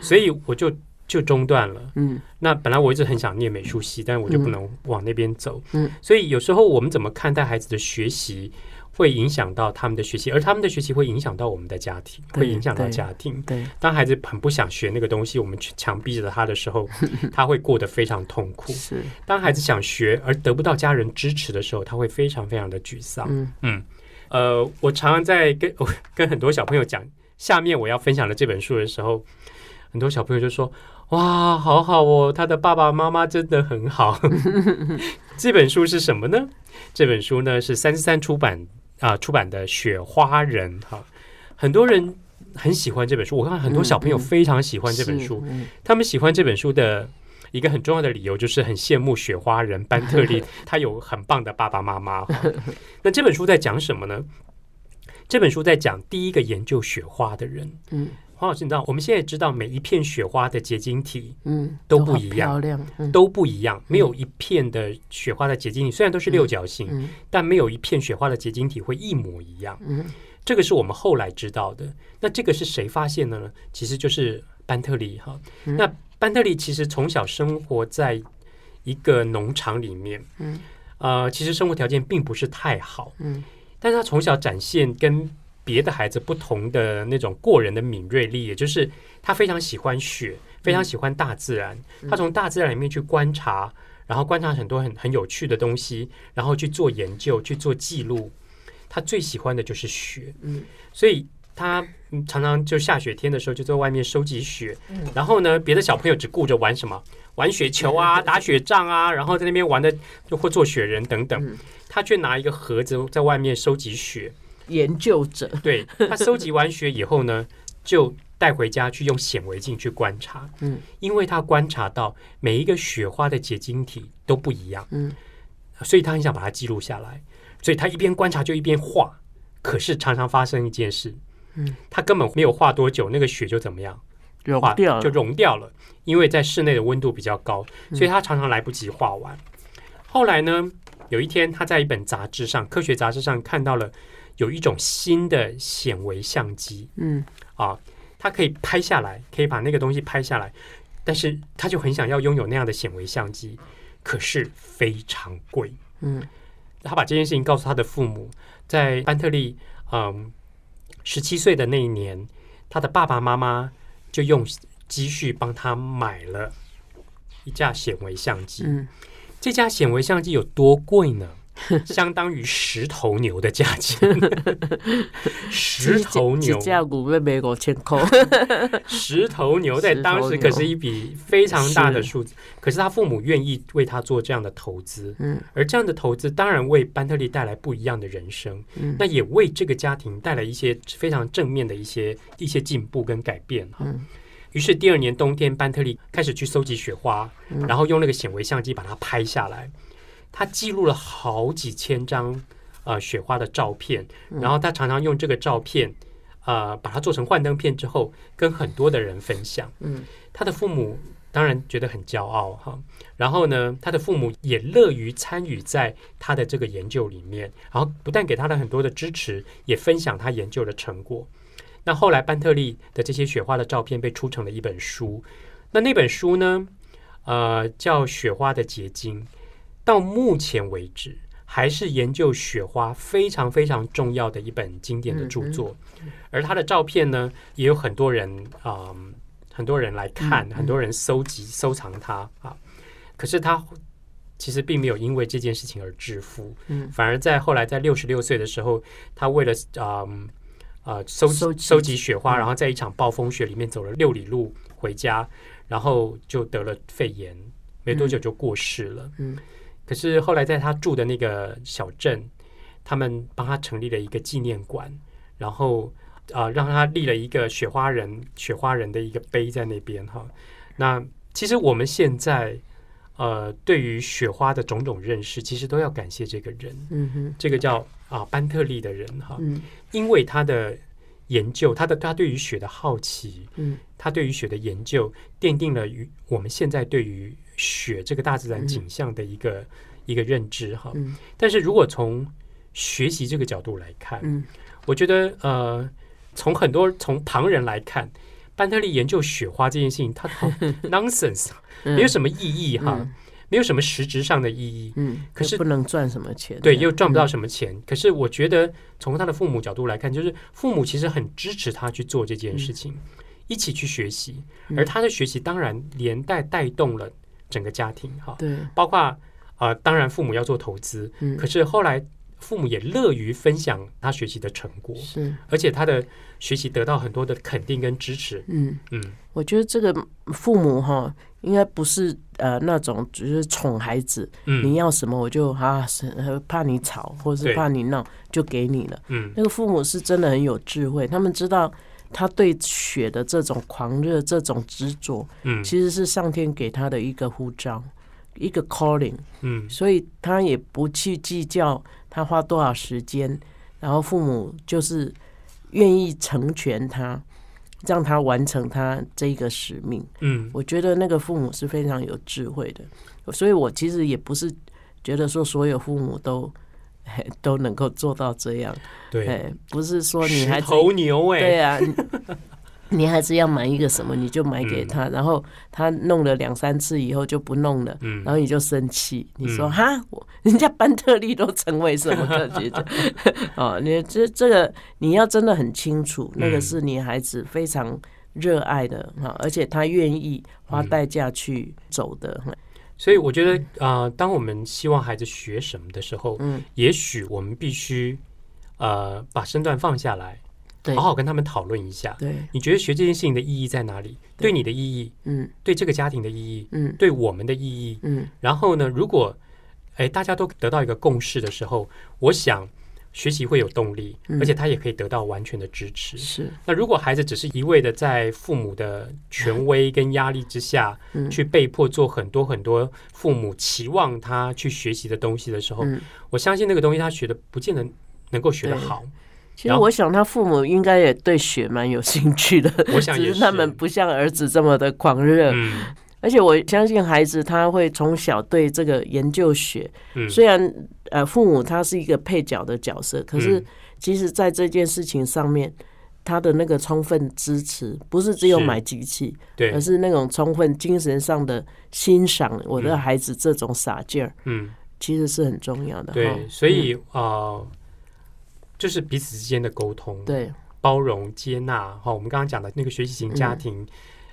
[SPEAKER 3] 所以我就就中断了。
[SPEAKER 2] 嗯，
[SPEAKER 3] 那本来我一直很想念美术系，但我就不能往那边走。
[SPEAKER 2] 嗯，
[SPEAKER 3] 所以有时候我们怎么看待孩子的学习，会影响到他们的学习，而他们的学习会影响到我们的家庭，
[SPEAKER 2] 对
[SPEAKER 3] 会影响到
[SPEAKER 2] 对
[SPEAKER 3] 家庭。
[SPEAKER 2] 对，
[SPEAKER 3] 当孩子很不想学那个东西，我们去强逼着他的
[SPEAKER 2] [LAUGHS]
[SPEAKER 3] 时候，他会过得非常痛苦。
[SPEAKER 2] 是，
[SPEAKER 3] 当孩子想学而得不到家人支持的时候，他会非常非常的沮丧。
[SPEAKER 2] 嗯
[SPEAKER 3] 呃，我常常在跟我跟很多小朋友讲下面我要分享的这本书的时候，很多小朋友就说：“哇，好好哦，他的爸爸妈妈真的很
[SPEAKER 2] [LAUGHS]
[SPEAKER 3] 好。”这本书是什么呢？这本书呢是三十三出版啊、出版的《雪花人》哈、很多人很喜欢这本书，我看很多小朋友
[SPEAKER 2] 嗯嗯
[SPEAKER 3] 非常喜欢这本书，
[SPEAKER 2] 是，嗯
[SPEAKER 3] 他们喜欢这本书的一个很重要的理由，就是很羡慕雪花人班特利，他有很棒的爸爸妈妈。 [LAUGHS] 那这本书在讲什么呢？这本书在讲第一个研究雪花的人。
[SPEAKER 2] 嗯
[SPEAKER 3] 黄老师，你知道我们现在知道每一片雪花的结晶体
[SPEAKER 2] 嗯，
[SPEAKER 3] 都
[SPEAKER 2] 好
[SPEAKER 3] 不一样
[SPEAKER 2] 漂亮，嗯
[SPEAKER 3] 都不一样，没有一片的雪花的结晶体，虽然都是六角形，
[SPEAKER 2] 嗯
[SPEAKER 3] 但没有一片雪花的结晶体会一模一样。
[SPEAKER 2] 嗯，
[SPEAKER 3] 这个是我们后来知道的。那这个是谁发现的呢？其实就是班特利哈。
[SPEAKER 2] 嗯
[SPEAKER 3] 那班特利其实从小生活在一个农场里面，
[SPEAKER 2] 嗯，
[SPEAKER 3] 呃，其实生活条件并不是太好，
[SPEAKER 2] 嗯，
[SPEAKER 3] 但是他从小展现跟别的孩子不同的那种过人的敏锐力，也就是他非常喜欢雪，非常喜欢大自然，他从大自然里面去观察。然后观察很多很很有趣的东西，然后去做研究，去做记录。他最喜欢的就是雪，所以他嗯常常就下雪天的时候就在外面收集雪，然后呢，别的小朋友只顾着玩什么玩雪球啊、打雪仗啊，然后在那边玩的就或做雪人等等，他却拿一个盒子在外面收集雪。
[SPEAKER 2] 研究者，
[SPEAKER 3] 对他收集完雪以后呢，就带回家去用显微镜去观察，
[SPEAKER 2] 嗯，
[SPEAKER 3] 因为他观察到每一个雪花的结晶体都不一样，
[SPEAKER 2] 嗯，
[SPEAKER 3] 所以他很想把它记录下来，所以他一边观察就一边画，可是常常发生一件事，
[SPEAKER 2] 嗯，
[SPEAKER 3] 他根本没有画多久，那个雪就怎么样，
[SPEAKER 2] 融
[SPEAKER 3] 化
[SPEAKER 2] 掉
[SPEAKER 3] 就
[SPEAKER 2] 了，嗯
[SPEAKER 3] 融掉了，因为在室内的温度比较高，所以他常常来不及画完。后来呢，有一天他在一本杂志上，科学杂志上看到了有一种新的显微相机
[SPEAKER 2] 嗯
[SPEAKER 3] 啊，它可以拍下来，可以把那个东西拍下来，但是他就很想要拥有那样的显微相机，可是非常贵。
[SPEAKER 2] 嗯
[SPEAKER 3] 他把这件事情告诉他的父母，在班特利嗯十七岁的那一年，他的爸爸妈妈就用积蓄帮他买了一架显微相机。
[SPEAKER 2] 嗯，
[SPEAKER 3] 这架显微相机有多贵 [LAUGHS] 呢？相当于十头牛的价 [LAUGHS] 钱，十头牛
[SPEAKER 2] 一，架股被美国千扣，
[SPEAKER 3] 十头牛在当时可是一笔非常大的数字。可是他父母愿意为他做这样的投资，
[SPEAKER 2] 嗯
[SPEAKER 3] 而这样的投资当然为班特利带来不一样的人生，
[SPEAKER 2] 嗯
[SPEAKER 3] 那也为这个家庭带来一些非常正面的一些一些进步跟改变哈。
[SPEAKER 2] 嗯
[SPEAKER 3] 于是第二年冬天，班特利开始去搜集雪花，
[SPEAKER 2] 嗯
[SPEAKER 3] 然后用那个显微相机把它拍下来，他记录了好几千张呃雪花的照片，
[SPEAKER 2] 嗯
[SPEAKER 3] 然后他常常用这个照片。呃，把它做成幻灯片之后，跟很多的人分享。
[SPEAKER 2] 嗯
[SPEAKER 3] 他的父母当然觉得很骄傲哈。然后呢，他的父母也乐于参与在他的这个研究里面，然后不但给他了很多的支持，也分享他研究的成果。那后来班特利的这些雪花的照片被出成了一本书，那那本书呢，呃，叫《雪花的结晶》。到目前为止，还是研究雪花非常非常重要的一本经典的著作。而他的照片呢，也有很多人啊、嗯很多人来看，很多人搜集、收藏它啊。可是他其实并没有因为这件事情而致富，
[SPEAKER 2] 嗯
[SPEAKER 3] 反而在后来在六十六岁的时候，他为了啊啊、收集
[SPEAKER 2] 收集嗯
[SPEAKER 3] 收集雪花，然后在一场暴风雪里面走了六里路回家，然后就得了肺炎，没多久就过世了。
[SPEAKER 2] 嗯
[SPEAKER 3] 可是后来在他住的那个小镇，他们帮他成立了一个纪念馆，然后啊、呃让他立了一个雪花人雪花人的一个碑在那边哈。那其实我们现在呃对于雪花的种种认识，其实都要感谢这个人，
[SPEAKER 2] [LAUGHS] 嗯哼，
[SPEAKER 3] 这个叫啊、班特利的人哈，
[SPEAKER 2] 嗯
[SPEAKER 3] 因为他的研究，他的他对于雪的好奇，
[SPEAKER 2] 嗯
[SPEAKER 3] 他对于雪的研究奠定了与我们现在对于雪这个大自然景象的一个、一个认知哈。
[SPEAKER 2] 嗯
[SPEAKER 3] 但是如果从学习这个角度来看，
[SPEAKER 2] 嗯
[SPEAKER 3] 我觉得呃，从很多从旁人来看，班特利研究雪花这件事情，
[SPEAKER 2] [LAUGHS]
[SPEAKER 3] 它好 nonsense，
[SPEAKER 2] 嗯，
[SPEAKER 3] 没有什么意义哈，
[SPEAKER 2] 嗯
[SPEAKER 3] 没有什么实质上的意义。
[SPEAKER 2] 嗯，
[SPEAKER 3] 可是
[SPEAKER 2] 又不能赚什么钱，
[SPEAKER 3] 对，又赚不到什么钱。可是我觉得，从他的父母角度来看，就是父母其实很支持他去做这件事情，
[SPEAKER 2] 嗯
[SPEAKER 3] 一起去学习。而他的学习当然连带带动了整个家庭哈，
[SPEAKER 2] 对，
[SPEAKER 3] 包括啊、呃当然父母要做投资，
[SPEAKER 2] 嗯
[SPEAKER 3] 可是后来父母也乐于分享他学习的成果，
[SPEAKER 2] 是，
[SPEAKER 3] 而且他的学习得到很多的肯定跟支持。
[SPEAKER 2] 嗯，
[SPEAKER 3] 嗯，
[SPEAKER 2] 我觉得这个父母哈，应该不是呃那种只是宠孩子，
[SPEAKER 3] 嗯
[SPEAKER 2] 你要什么我就啊是呃怕你吵或是
[SPEAKER 3] 对
[SPEAKER 2] 怕你闹就给你了。
[SPEAKER 3] 嗯
[SPEAKER 2] 那个父母是真的很有智慧，他们知道他对血的这种狂热、这种执着，
[SPEAKER 3] 嗯
[SPEAKER 2] 其实是上天给他的一个呼召，一个 calling，
[SPEAKER 3] 嗯
[SPEAKER 2] 所以他也不去计较他花多少时间，然后父母就是愿意成全他，让他完成他这个使命。
[SPEAKER 3] 嗯
[SPEAKER 2] 我觉得那个父母是非常有智慧的，所以我其实也不是觉得说所有父母都。 [LAUGHS] 嘿都能够做到这样，
[SPEAKER 3] 对，
[SPEAKER 2] 哎，不是说女孩
[SPEAKER 3] 嗯石
[SPEAKER 2] 子
[SPEAKER 3] 头牛哎、
[SPEAKER 2] 对啊，你你还是要买一个什么，你就买给他，然后他弄了两三次以后就不弄了，
[SPEAKER 3] 嗯
[SPEAKER 2] 然后你就生气，你说
[SPEAKER 3] 嗯
[SPEAKER 2] 哈，我人家班特利都成为什么特
[SPEAKER 3] [LAUGHS]
[SPEAKER 2] 学家，哦，你这这个你要真的很清楚，那个
[SPEAKER 3] 嗯
[SPEAKER 2] 是女孩子非常热爱的哈，而且她愿意花
[SPEAKER 3] 嗯
[SPEAKER 2] 代价去走的，哈
[SPEAKER 3] 所以我觉得啊、呃当我们希望孩子学什么的时候，
[SPEAKER 2] 嗯，
[SPEAKER 3] 也许我们必须呃把身段放下来，
[SPEAKER 2] 对
[SPEAKER 3] 好好跟他们讨论一下，
[SPEAKER 2] 对，
[SPEAKER 3] 你觉得学这件事情的意义在哪里？
[SPEAKER 2] 对
[SPEAKER 3] 对你的意义，
[SPEAKER 2] 嗯
[SPEAKER 3] 对这个家庭的意义，
[SPEAKER 2] 嗯
[SPEAKER 3] 对我们的意义。
[SPEAKER 2] 嗯
[SPEAKER 3] 然后呢，如果哎大家都得到一个共识的时候，我想学习会有动力，
[SPEAKER 2] 嗯
[SPEAKER 3] 而且他也可以得到完全的支持。
[SPEAKER 2] 是，
[SPEAKER 3] 那如果孩子只是一味的在父母的权威跟压力之下，
[SPEAKER 2] 嗯
[SPEAKER 3] 去被迫做很多很多父母期望他去学习的东西的时候，
[SPEAKER 2] 嗯。
[SPEAKER 3] 我相信那个东西他学的不见得能够学得
[SPEAKER 2] 对
[SPEAKER 3] 好。
[SPEAKER 2] 其实
[SPEAKER 3] 然后
[SPEAKER 2] 我想，他父母应该也对雪蛮有兴趣的，
[SPEAKER 3] 我想也
[SPEAKER 2] 只
[SPEAKER 3] 是
[SPEAKER 2] 是他们不像儿子这么的狂热。
[SPEAKER 3] 嗯
[SPEAKER 2] 而且我相信孩子他会从小对这个研究雪， [LAUGHS]
[SPEAKER 3] 嗯，
[SPEAKER 2] 虽然呃父母他是一个配角的角色，可是
[SPEAKER 3] 嗯
[SPEAKER 2] 其实在这件事情上面，他的那个充分支持，不是只有
[SPEAKER 3] 是
[SPEAKER 2] 买机器，
[SPEAKER 3] 对
[SPEAKER 2] 而，是那种充分精神上的欣赏我的
[SPEAKER 3] 嗯
[SPEAKER 2] 孩子这种洒劲儿，
[SPEAKER 3] 嗯。
[SPEAKER 2] 其实是很重要的哈。
[SPEAKER 3] 对，所以啊、呃就是彼此之间的沟通、
[SPEAKER 2] 嗯对
[SPEAKER 3] 包容、接纳哈、我们刚刚讲的那个学习型家
[SPEAKER 2] 嗯
[SPEAKER 3] 庭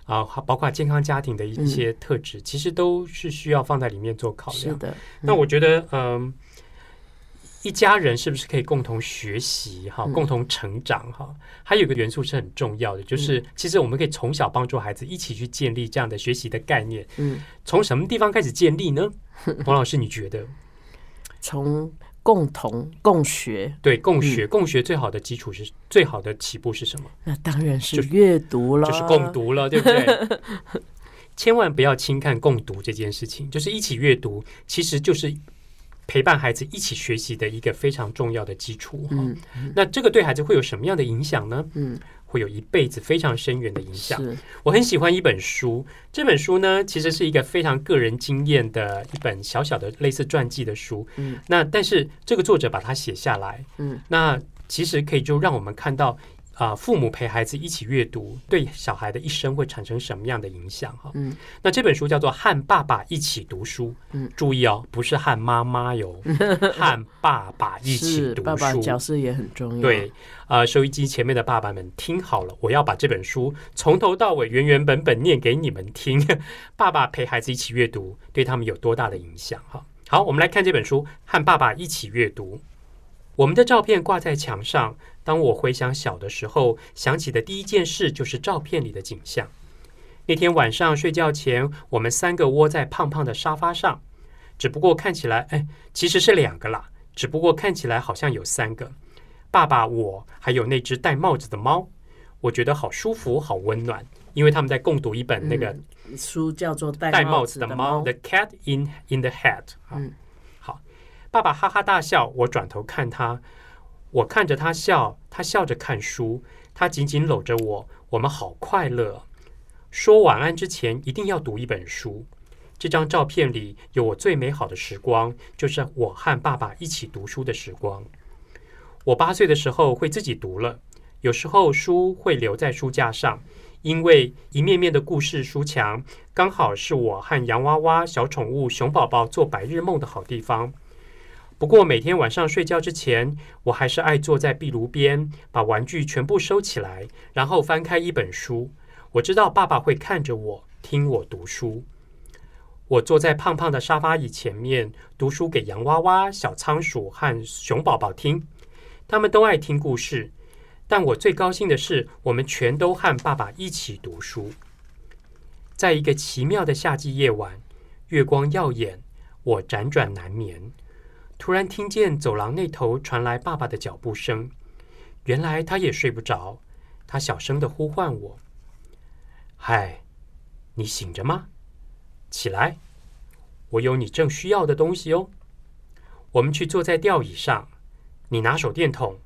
[SPEAKER 3] 啊、包括健康家庭的一些特质，其实都是需要放在里面做考
[SPEAKER 2] 是
[SPEAKER 3] 量。
[SPEAKER 2] 的，
[SPEAKER 3] 那我觉得，嗯、一家人是不是可以共同学习哈，
[SPEAKER 2] 嗯
[SPEAKER 3] 共同成长哈？还有一个元素是很重要的，
[SPEAKER 2] 嗯
[SPEAKER 3] 就是其实我们可以从小帮助孩子一起去建立这样的学习的概念。
[SPEAKER 2] 嗯，
[SPEAKER 3] 从什么地方开始建
[SPEAKER 2] [LAUGHS]
[SPEAKER 3] 立呢？黄老师，你觉得？
[SPEAKER 2] 从共同共学。
[SPEAKER 3] 对，共学，共学最好的基础是最好的起步是什么？
[SPEAKER 2] 那当然是
[SPEAKER 3] 就是
[SPEAKER 2] 阅读了，
[SPEAKER 3] 就是共。读了，对不对？
[SPEAKER 2] [LAUGHS]
[SPEAKER 3] [LAUGHS] 千万不要轻看共读这件事情，就是一起阅读，其实就是陪伴孩子一起学习的一个非常重要的基础。哈
[SPEAKER 2] 嗯
[SPEAKER 3] 那这个对孩子会有什么样的影响呢？
[SPEAKER 2] 嗯，
[SPEAKER 3] 会有一辈子非常深远的影响。
[SPEAKER 2] 是
[SPEAKER 3] 我很喜欢一本书，这本书呢其实是一个非常个人经验的一本小小的类似传记的书。
[SPEAKER 2] 嗯，
[SPEAKER 3] 那但是这个作者把它写下来，
[SPEAKER 2] 嗯，
[SPEAKER 3] 那其实可以就让我们看到啊、父母陪孩子一起阅读对小孩的一生会产生什么样的影响哈。
[SPEAKER 2] 嗯，
[SPEAKER 3] 那这本书叫做《和爸爸一起读书》，
[SPEAKER 2] 嗯，
[SPEAKER 3] 注意哦，不是和妈
[SPEAKER 2] [LAUGHS]
[SPEAKER 3] 妈哟，和爸爸一起
[SPEAKER 2] 是
[SPEAKER 3] 读书。
[SPEAKER 2] 爸爸角色也很重要。
[SPEAKER 3] 对，，呃，收音机前面的爸爸们听好了，我要把这本书从头到尾原原本本念给你们听。爸爸陪孩子一起阅读，对他们有多大的影响？哈，好，我们来看这本书《和爸爸一起阅读》。我们的照片挂在墙上。当我回想小的时候，想起的第一件事就是照片里的景象。那天晚上睡觉前，我们三个窝在胖胖的沙发上，只不过看起来，哎，其实是两个啦，只不过看起来好像有三个。爸爸、我还有那只戴帽子的猫，我觉得好舒服，好温暖，因为他们在共读一本那个
[SPEAKER 2] 书叫做《
[SPEAKER 3] 戴
[SPEAKER 2] 戴
[SPEAKER 3] 帽
[SPEAKER 2] 帽
[SPEAKER 3] 子
[SPEAKER 2] 子
[SPEAKER 3] 的
[SPEAKER 2] 的猫》
[SPEAKER 3] 猫，The Cat in in the Hat。
[SPEAKER 2] 嗯
[SPEAKER 3] 好，爸爸哈哈大笑，我转头看他，我看着他笑，他笑着看书，他紧紧搂着我，我们好快乐。说晚安之前一定要读一本书。这张照片里有我最美好的时光，就是我和爸爸一起读书的时光。我八岁的时候会自己读了，有时候书会留在书架上，因为一面面的故事书墙刚好是我和洋娃娃、小宠物、熊宝宝做白日梦的好地方。不过每天晚上睡觉之前，我还是爱坐在壁炉边，把玩具全部收起来，然后翻开一本书。我知道爸爸会看着我，听我读书。我坐在胖胖的沙发椅前面，读书给洋娃娃、小仓鼠和熊宝宝听。他们都爱听故事，但我最高兴的是，我们全都和爸爸一起读书。在一个奇妙的夏季夜晚，月光耀眼，我辗转难眠。突然听见走廊那头传来爸爸的脚步声，原来他也睡不着，他小声的呼唤我：“嗨，你醒着吗？起来，我有你正需要的东西哦。”我们去坐在吊椅上，你拿手电筒，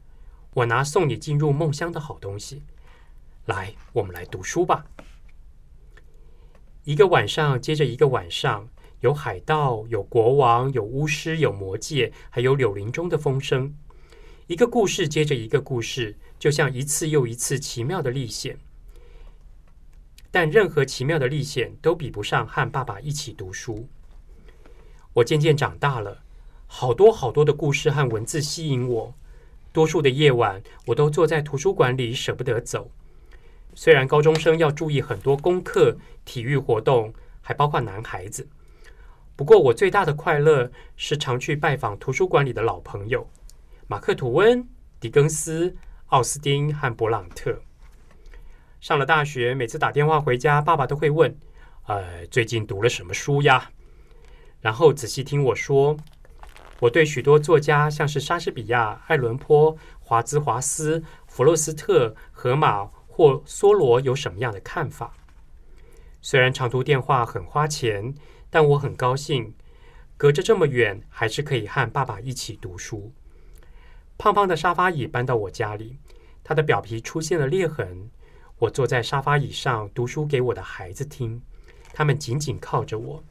[SPEAKER 3] 我拿送你进入梦乡的好东西。来，我们来读书吧。一个晚上接着一个晚上，有海盗，有国王，有巫师，有魔界，还有柳林中的风声。一个故事接着一个故事，就像一次又一次奇妙的历险。但任何奇妙的历险都比不上和爸爸一起读书。我渐渐长大了，好多好多的故事和文字吸引我。多数的夜晚，我都坐在图书馆里舍不得走。虽然高中生要注意很多功课、体育活动，还包括男孩子，不过我最大的快乐是常去拜访图书馆里的老朋友马克·吐温、狄更斯、奥斯汀和勃朗特。上了大学，每次打电话回家，爸爸都会问：“呃，最近读了什么书呀？”然后仔细听我说，我对许多作家，像是莎士比亚、爱伦坡、华兹华斯、弗洛斯特、荷马或梭罗有什么样的看法？虽然长途电话很花钱，但我很高兴，隔着这么远，还是可以和爸爸一起读书。胖胖的沙发椅搬到我家里，它的表皮出现了裂痕。我坐在沙发椅上读书给我的孩子听，他们紧紧靠着我。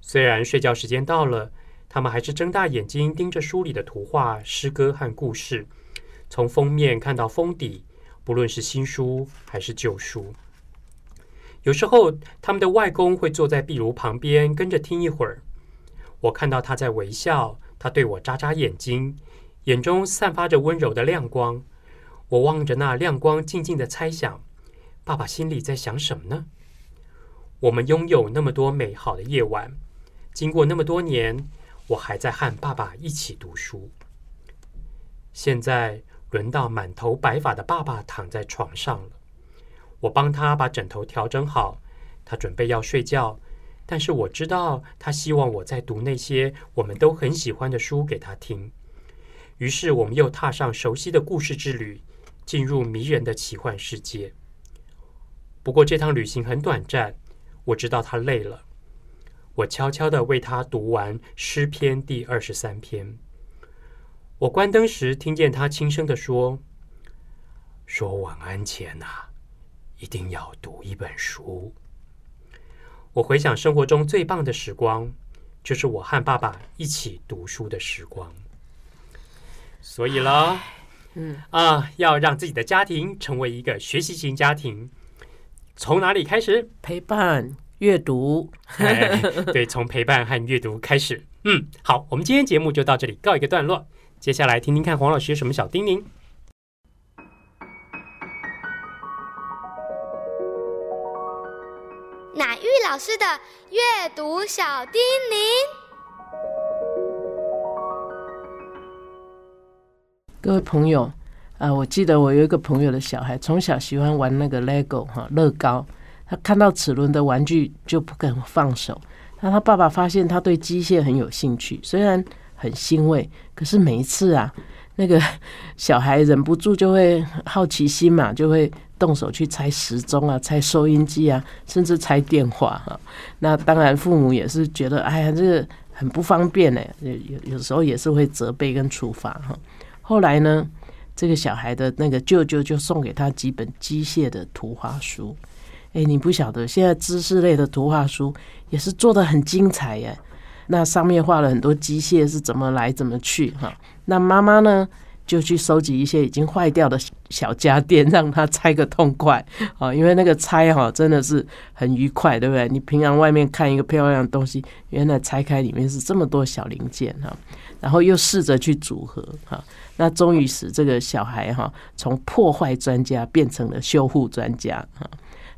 [SPEAKER 3] 虽然睡觉时间到了，他们还是睁大眼睛盯着书里的图画、诗歌和故事，从封面看到封底，不论是新书还是旧书。有时候，他们的外公会坐在壁炉旁边跟着听一会儿。我看到他在微笑，他对我眨眨眼睛，眼中散发着温柔的亮光。我望着那亮光，静静的猜想，爸爸心里在想什么呢？我们拥有那么多美好的夜晚，经过那么多年，我还在和爸爸一起读书。现在轮到满头白发的爸爸躺在床上了，我帮他把枕头调整好，他准备要睡觉，但是我知道他希望我在读那些我们都很喜欢的书给他听。于是我们又踏上熟悉的故事之旅，进入迷人的奇幻世界。不过这趟旅行很短暂，我知道他累了。我悄悄地为他读完诗篇第二十三篇。我关灯时，听见他轻声地说：“说晚安前呐、一定要读一本书。我回想生活中最棒的时光，就是我和爸爸一起读书的时光。所以啦，嗯啊，要让自己的家庭成为一个学习型家庭，从哪里开始？
[SPEAKER 2] 陪伴、阅读，
[SPEAKER 3] [LAUGHS] 哎，对，从陪伴和阅读开始。嗯，好，我们今天节目就到这里告一个段落。接下来听听看黄老师有什么小叮咛。
[SPEAKER 4] 乃玉老师的阅读小叮咛。
[SPEAKER 2] 各位朋友啊，我记得我有一个朋友的小孩，从小喜欢玩那个 LEGO 哈、乐高，他看到齿轮的玩具就不肯放手。那他爸爸发现他对机械很有兴趣，虽然很欣慰，可是每一次啊，那个 [LAUGHS] 小孩忍不住就会好奇心嘛，就会动手去拆时钟啊、拆收音机啊，甚至拆电话哈、那当然，父母也是觉得，哎呀，这个很不方便呢，有有有时候也是会责备跟处罚哈、后来呢，这个小孩的那个舅舅就送给他几本机械的图画书。哎，你不晓得，现在知识类的图画书也是做的很精彩耶。那上面画了很多机械是怎么来怎么去哈。那妈妈呢，就去收集一些已经坏掉的小家电，让他拆个痛快啊、因为那个拆哈、真的是很愉快，对不对？你平常外面看一个漂亮的东西，原来拆开里面是这么多小零件哈、然后又试着去组合哈、那终于使这个小孩哈、从破坏专家变成了修护专家哈、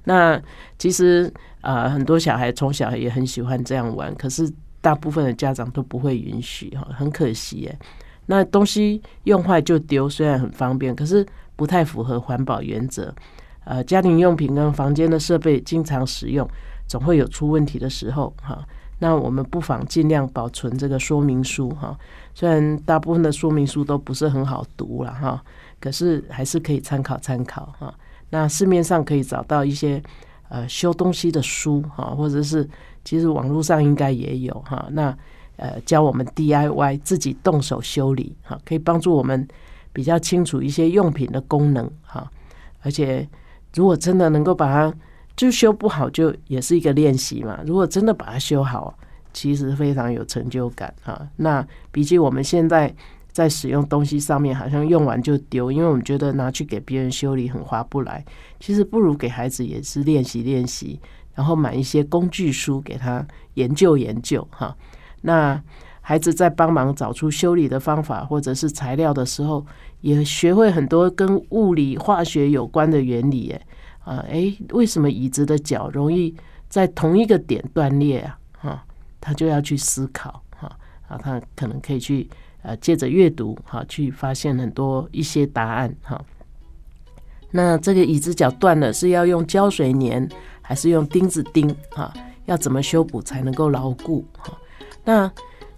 [SPEAKER 2] 那其实呃，很多小孩从小也很喜欢这样玩，可是大部分的家长都不会允许哈，很可惜耶。那东西用坏就丢，虽然很方便，可是不太符合环保原则。呃，家庭用品跟房间的设备经常使用，总会有出问题的时候哈。那我们不妨尽量保存这个说明书哈，虽然大部分的说明书都不是很好读了哈，可是还是可以参考参考哈。那市面上可以找到一些呃修东西的书哈，或者是其实网络上应该也有哈。那呃教我们 DIY 自己动手修理哈，可以帮助我们比较清楚一些用品的功能哈。而且如果真的能够把它就修不好，就也是一个练习嘛。如果真的把它修好，其实非常有成就感啊。那比起我们现在在使用东西上面，好像用完就丢，因为我们觉得拿去给别人修理很划不来。其实不如给孩子也是练习练习，然后买一些工具书给他研究研究哈、那孩子在帮忙找出修理的方法或者是材料的时候，也学会很多跟物理、化学有关的原理耶。啊，诶，为什么椅子的脚容易在同一个点断裂啊？哈、他就要去思考哈，啊，他可能可以去呃，借着阅读哈、去发现很多一些答案哈、那这个椅子脚断了，是要用胶水粘，还是用钉子钉啊？要怎么修补才能够牢固？哈、那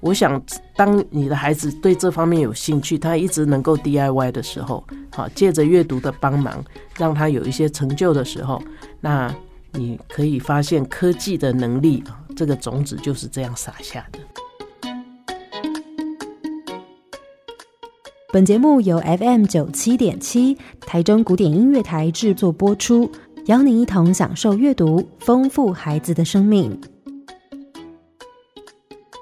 [SPEAKER 2] 我想，当你的孩子对这方面有兴趣，他一直能够 DIY 的时候，好、借着阅读的帮忙，让他有一些成就的时候，那你可以发现科技的能力啊，这个种子就是这样撒下的。
[SPEAKER 1] 本节目由 FM 九七点七台中古典音乐台制作播出，邀您一同享受阅读，丰富孩子的生命。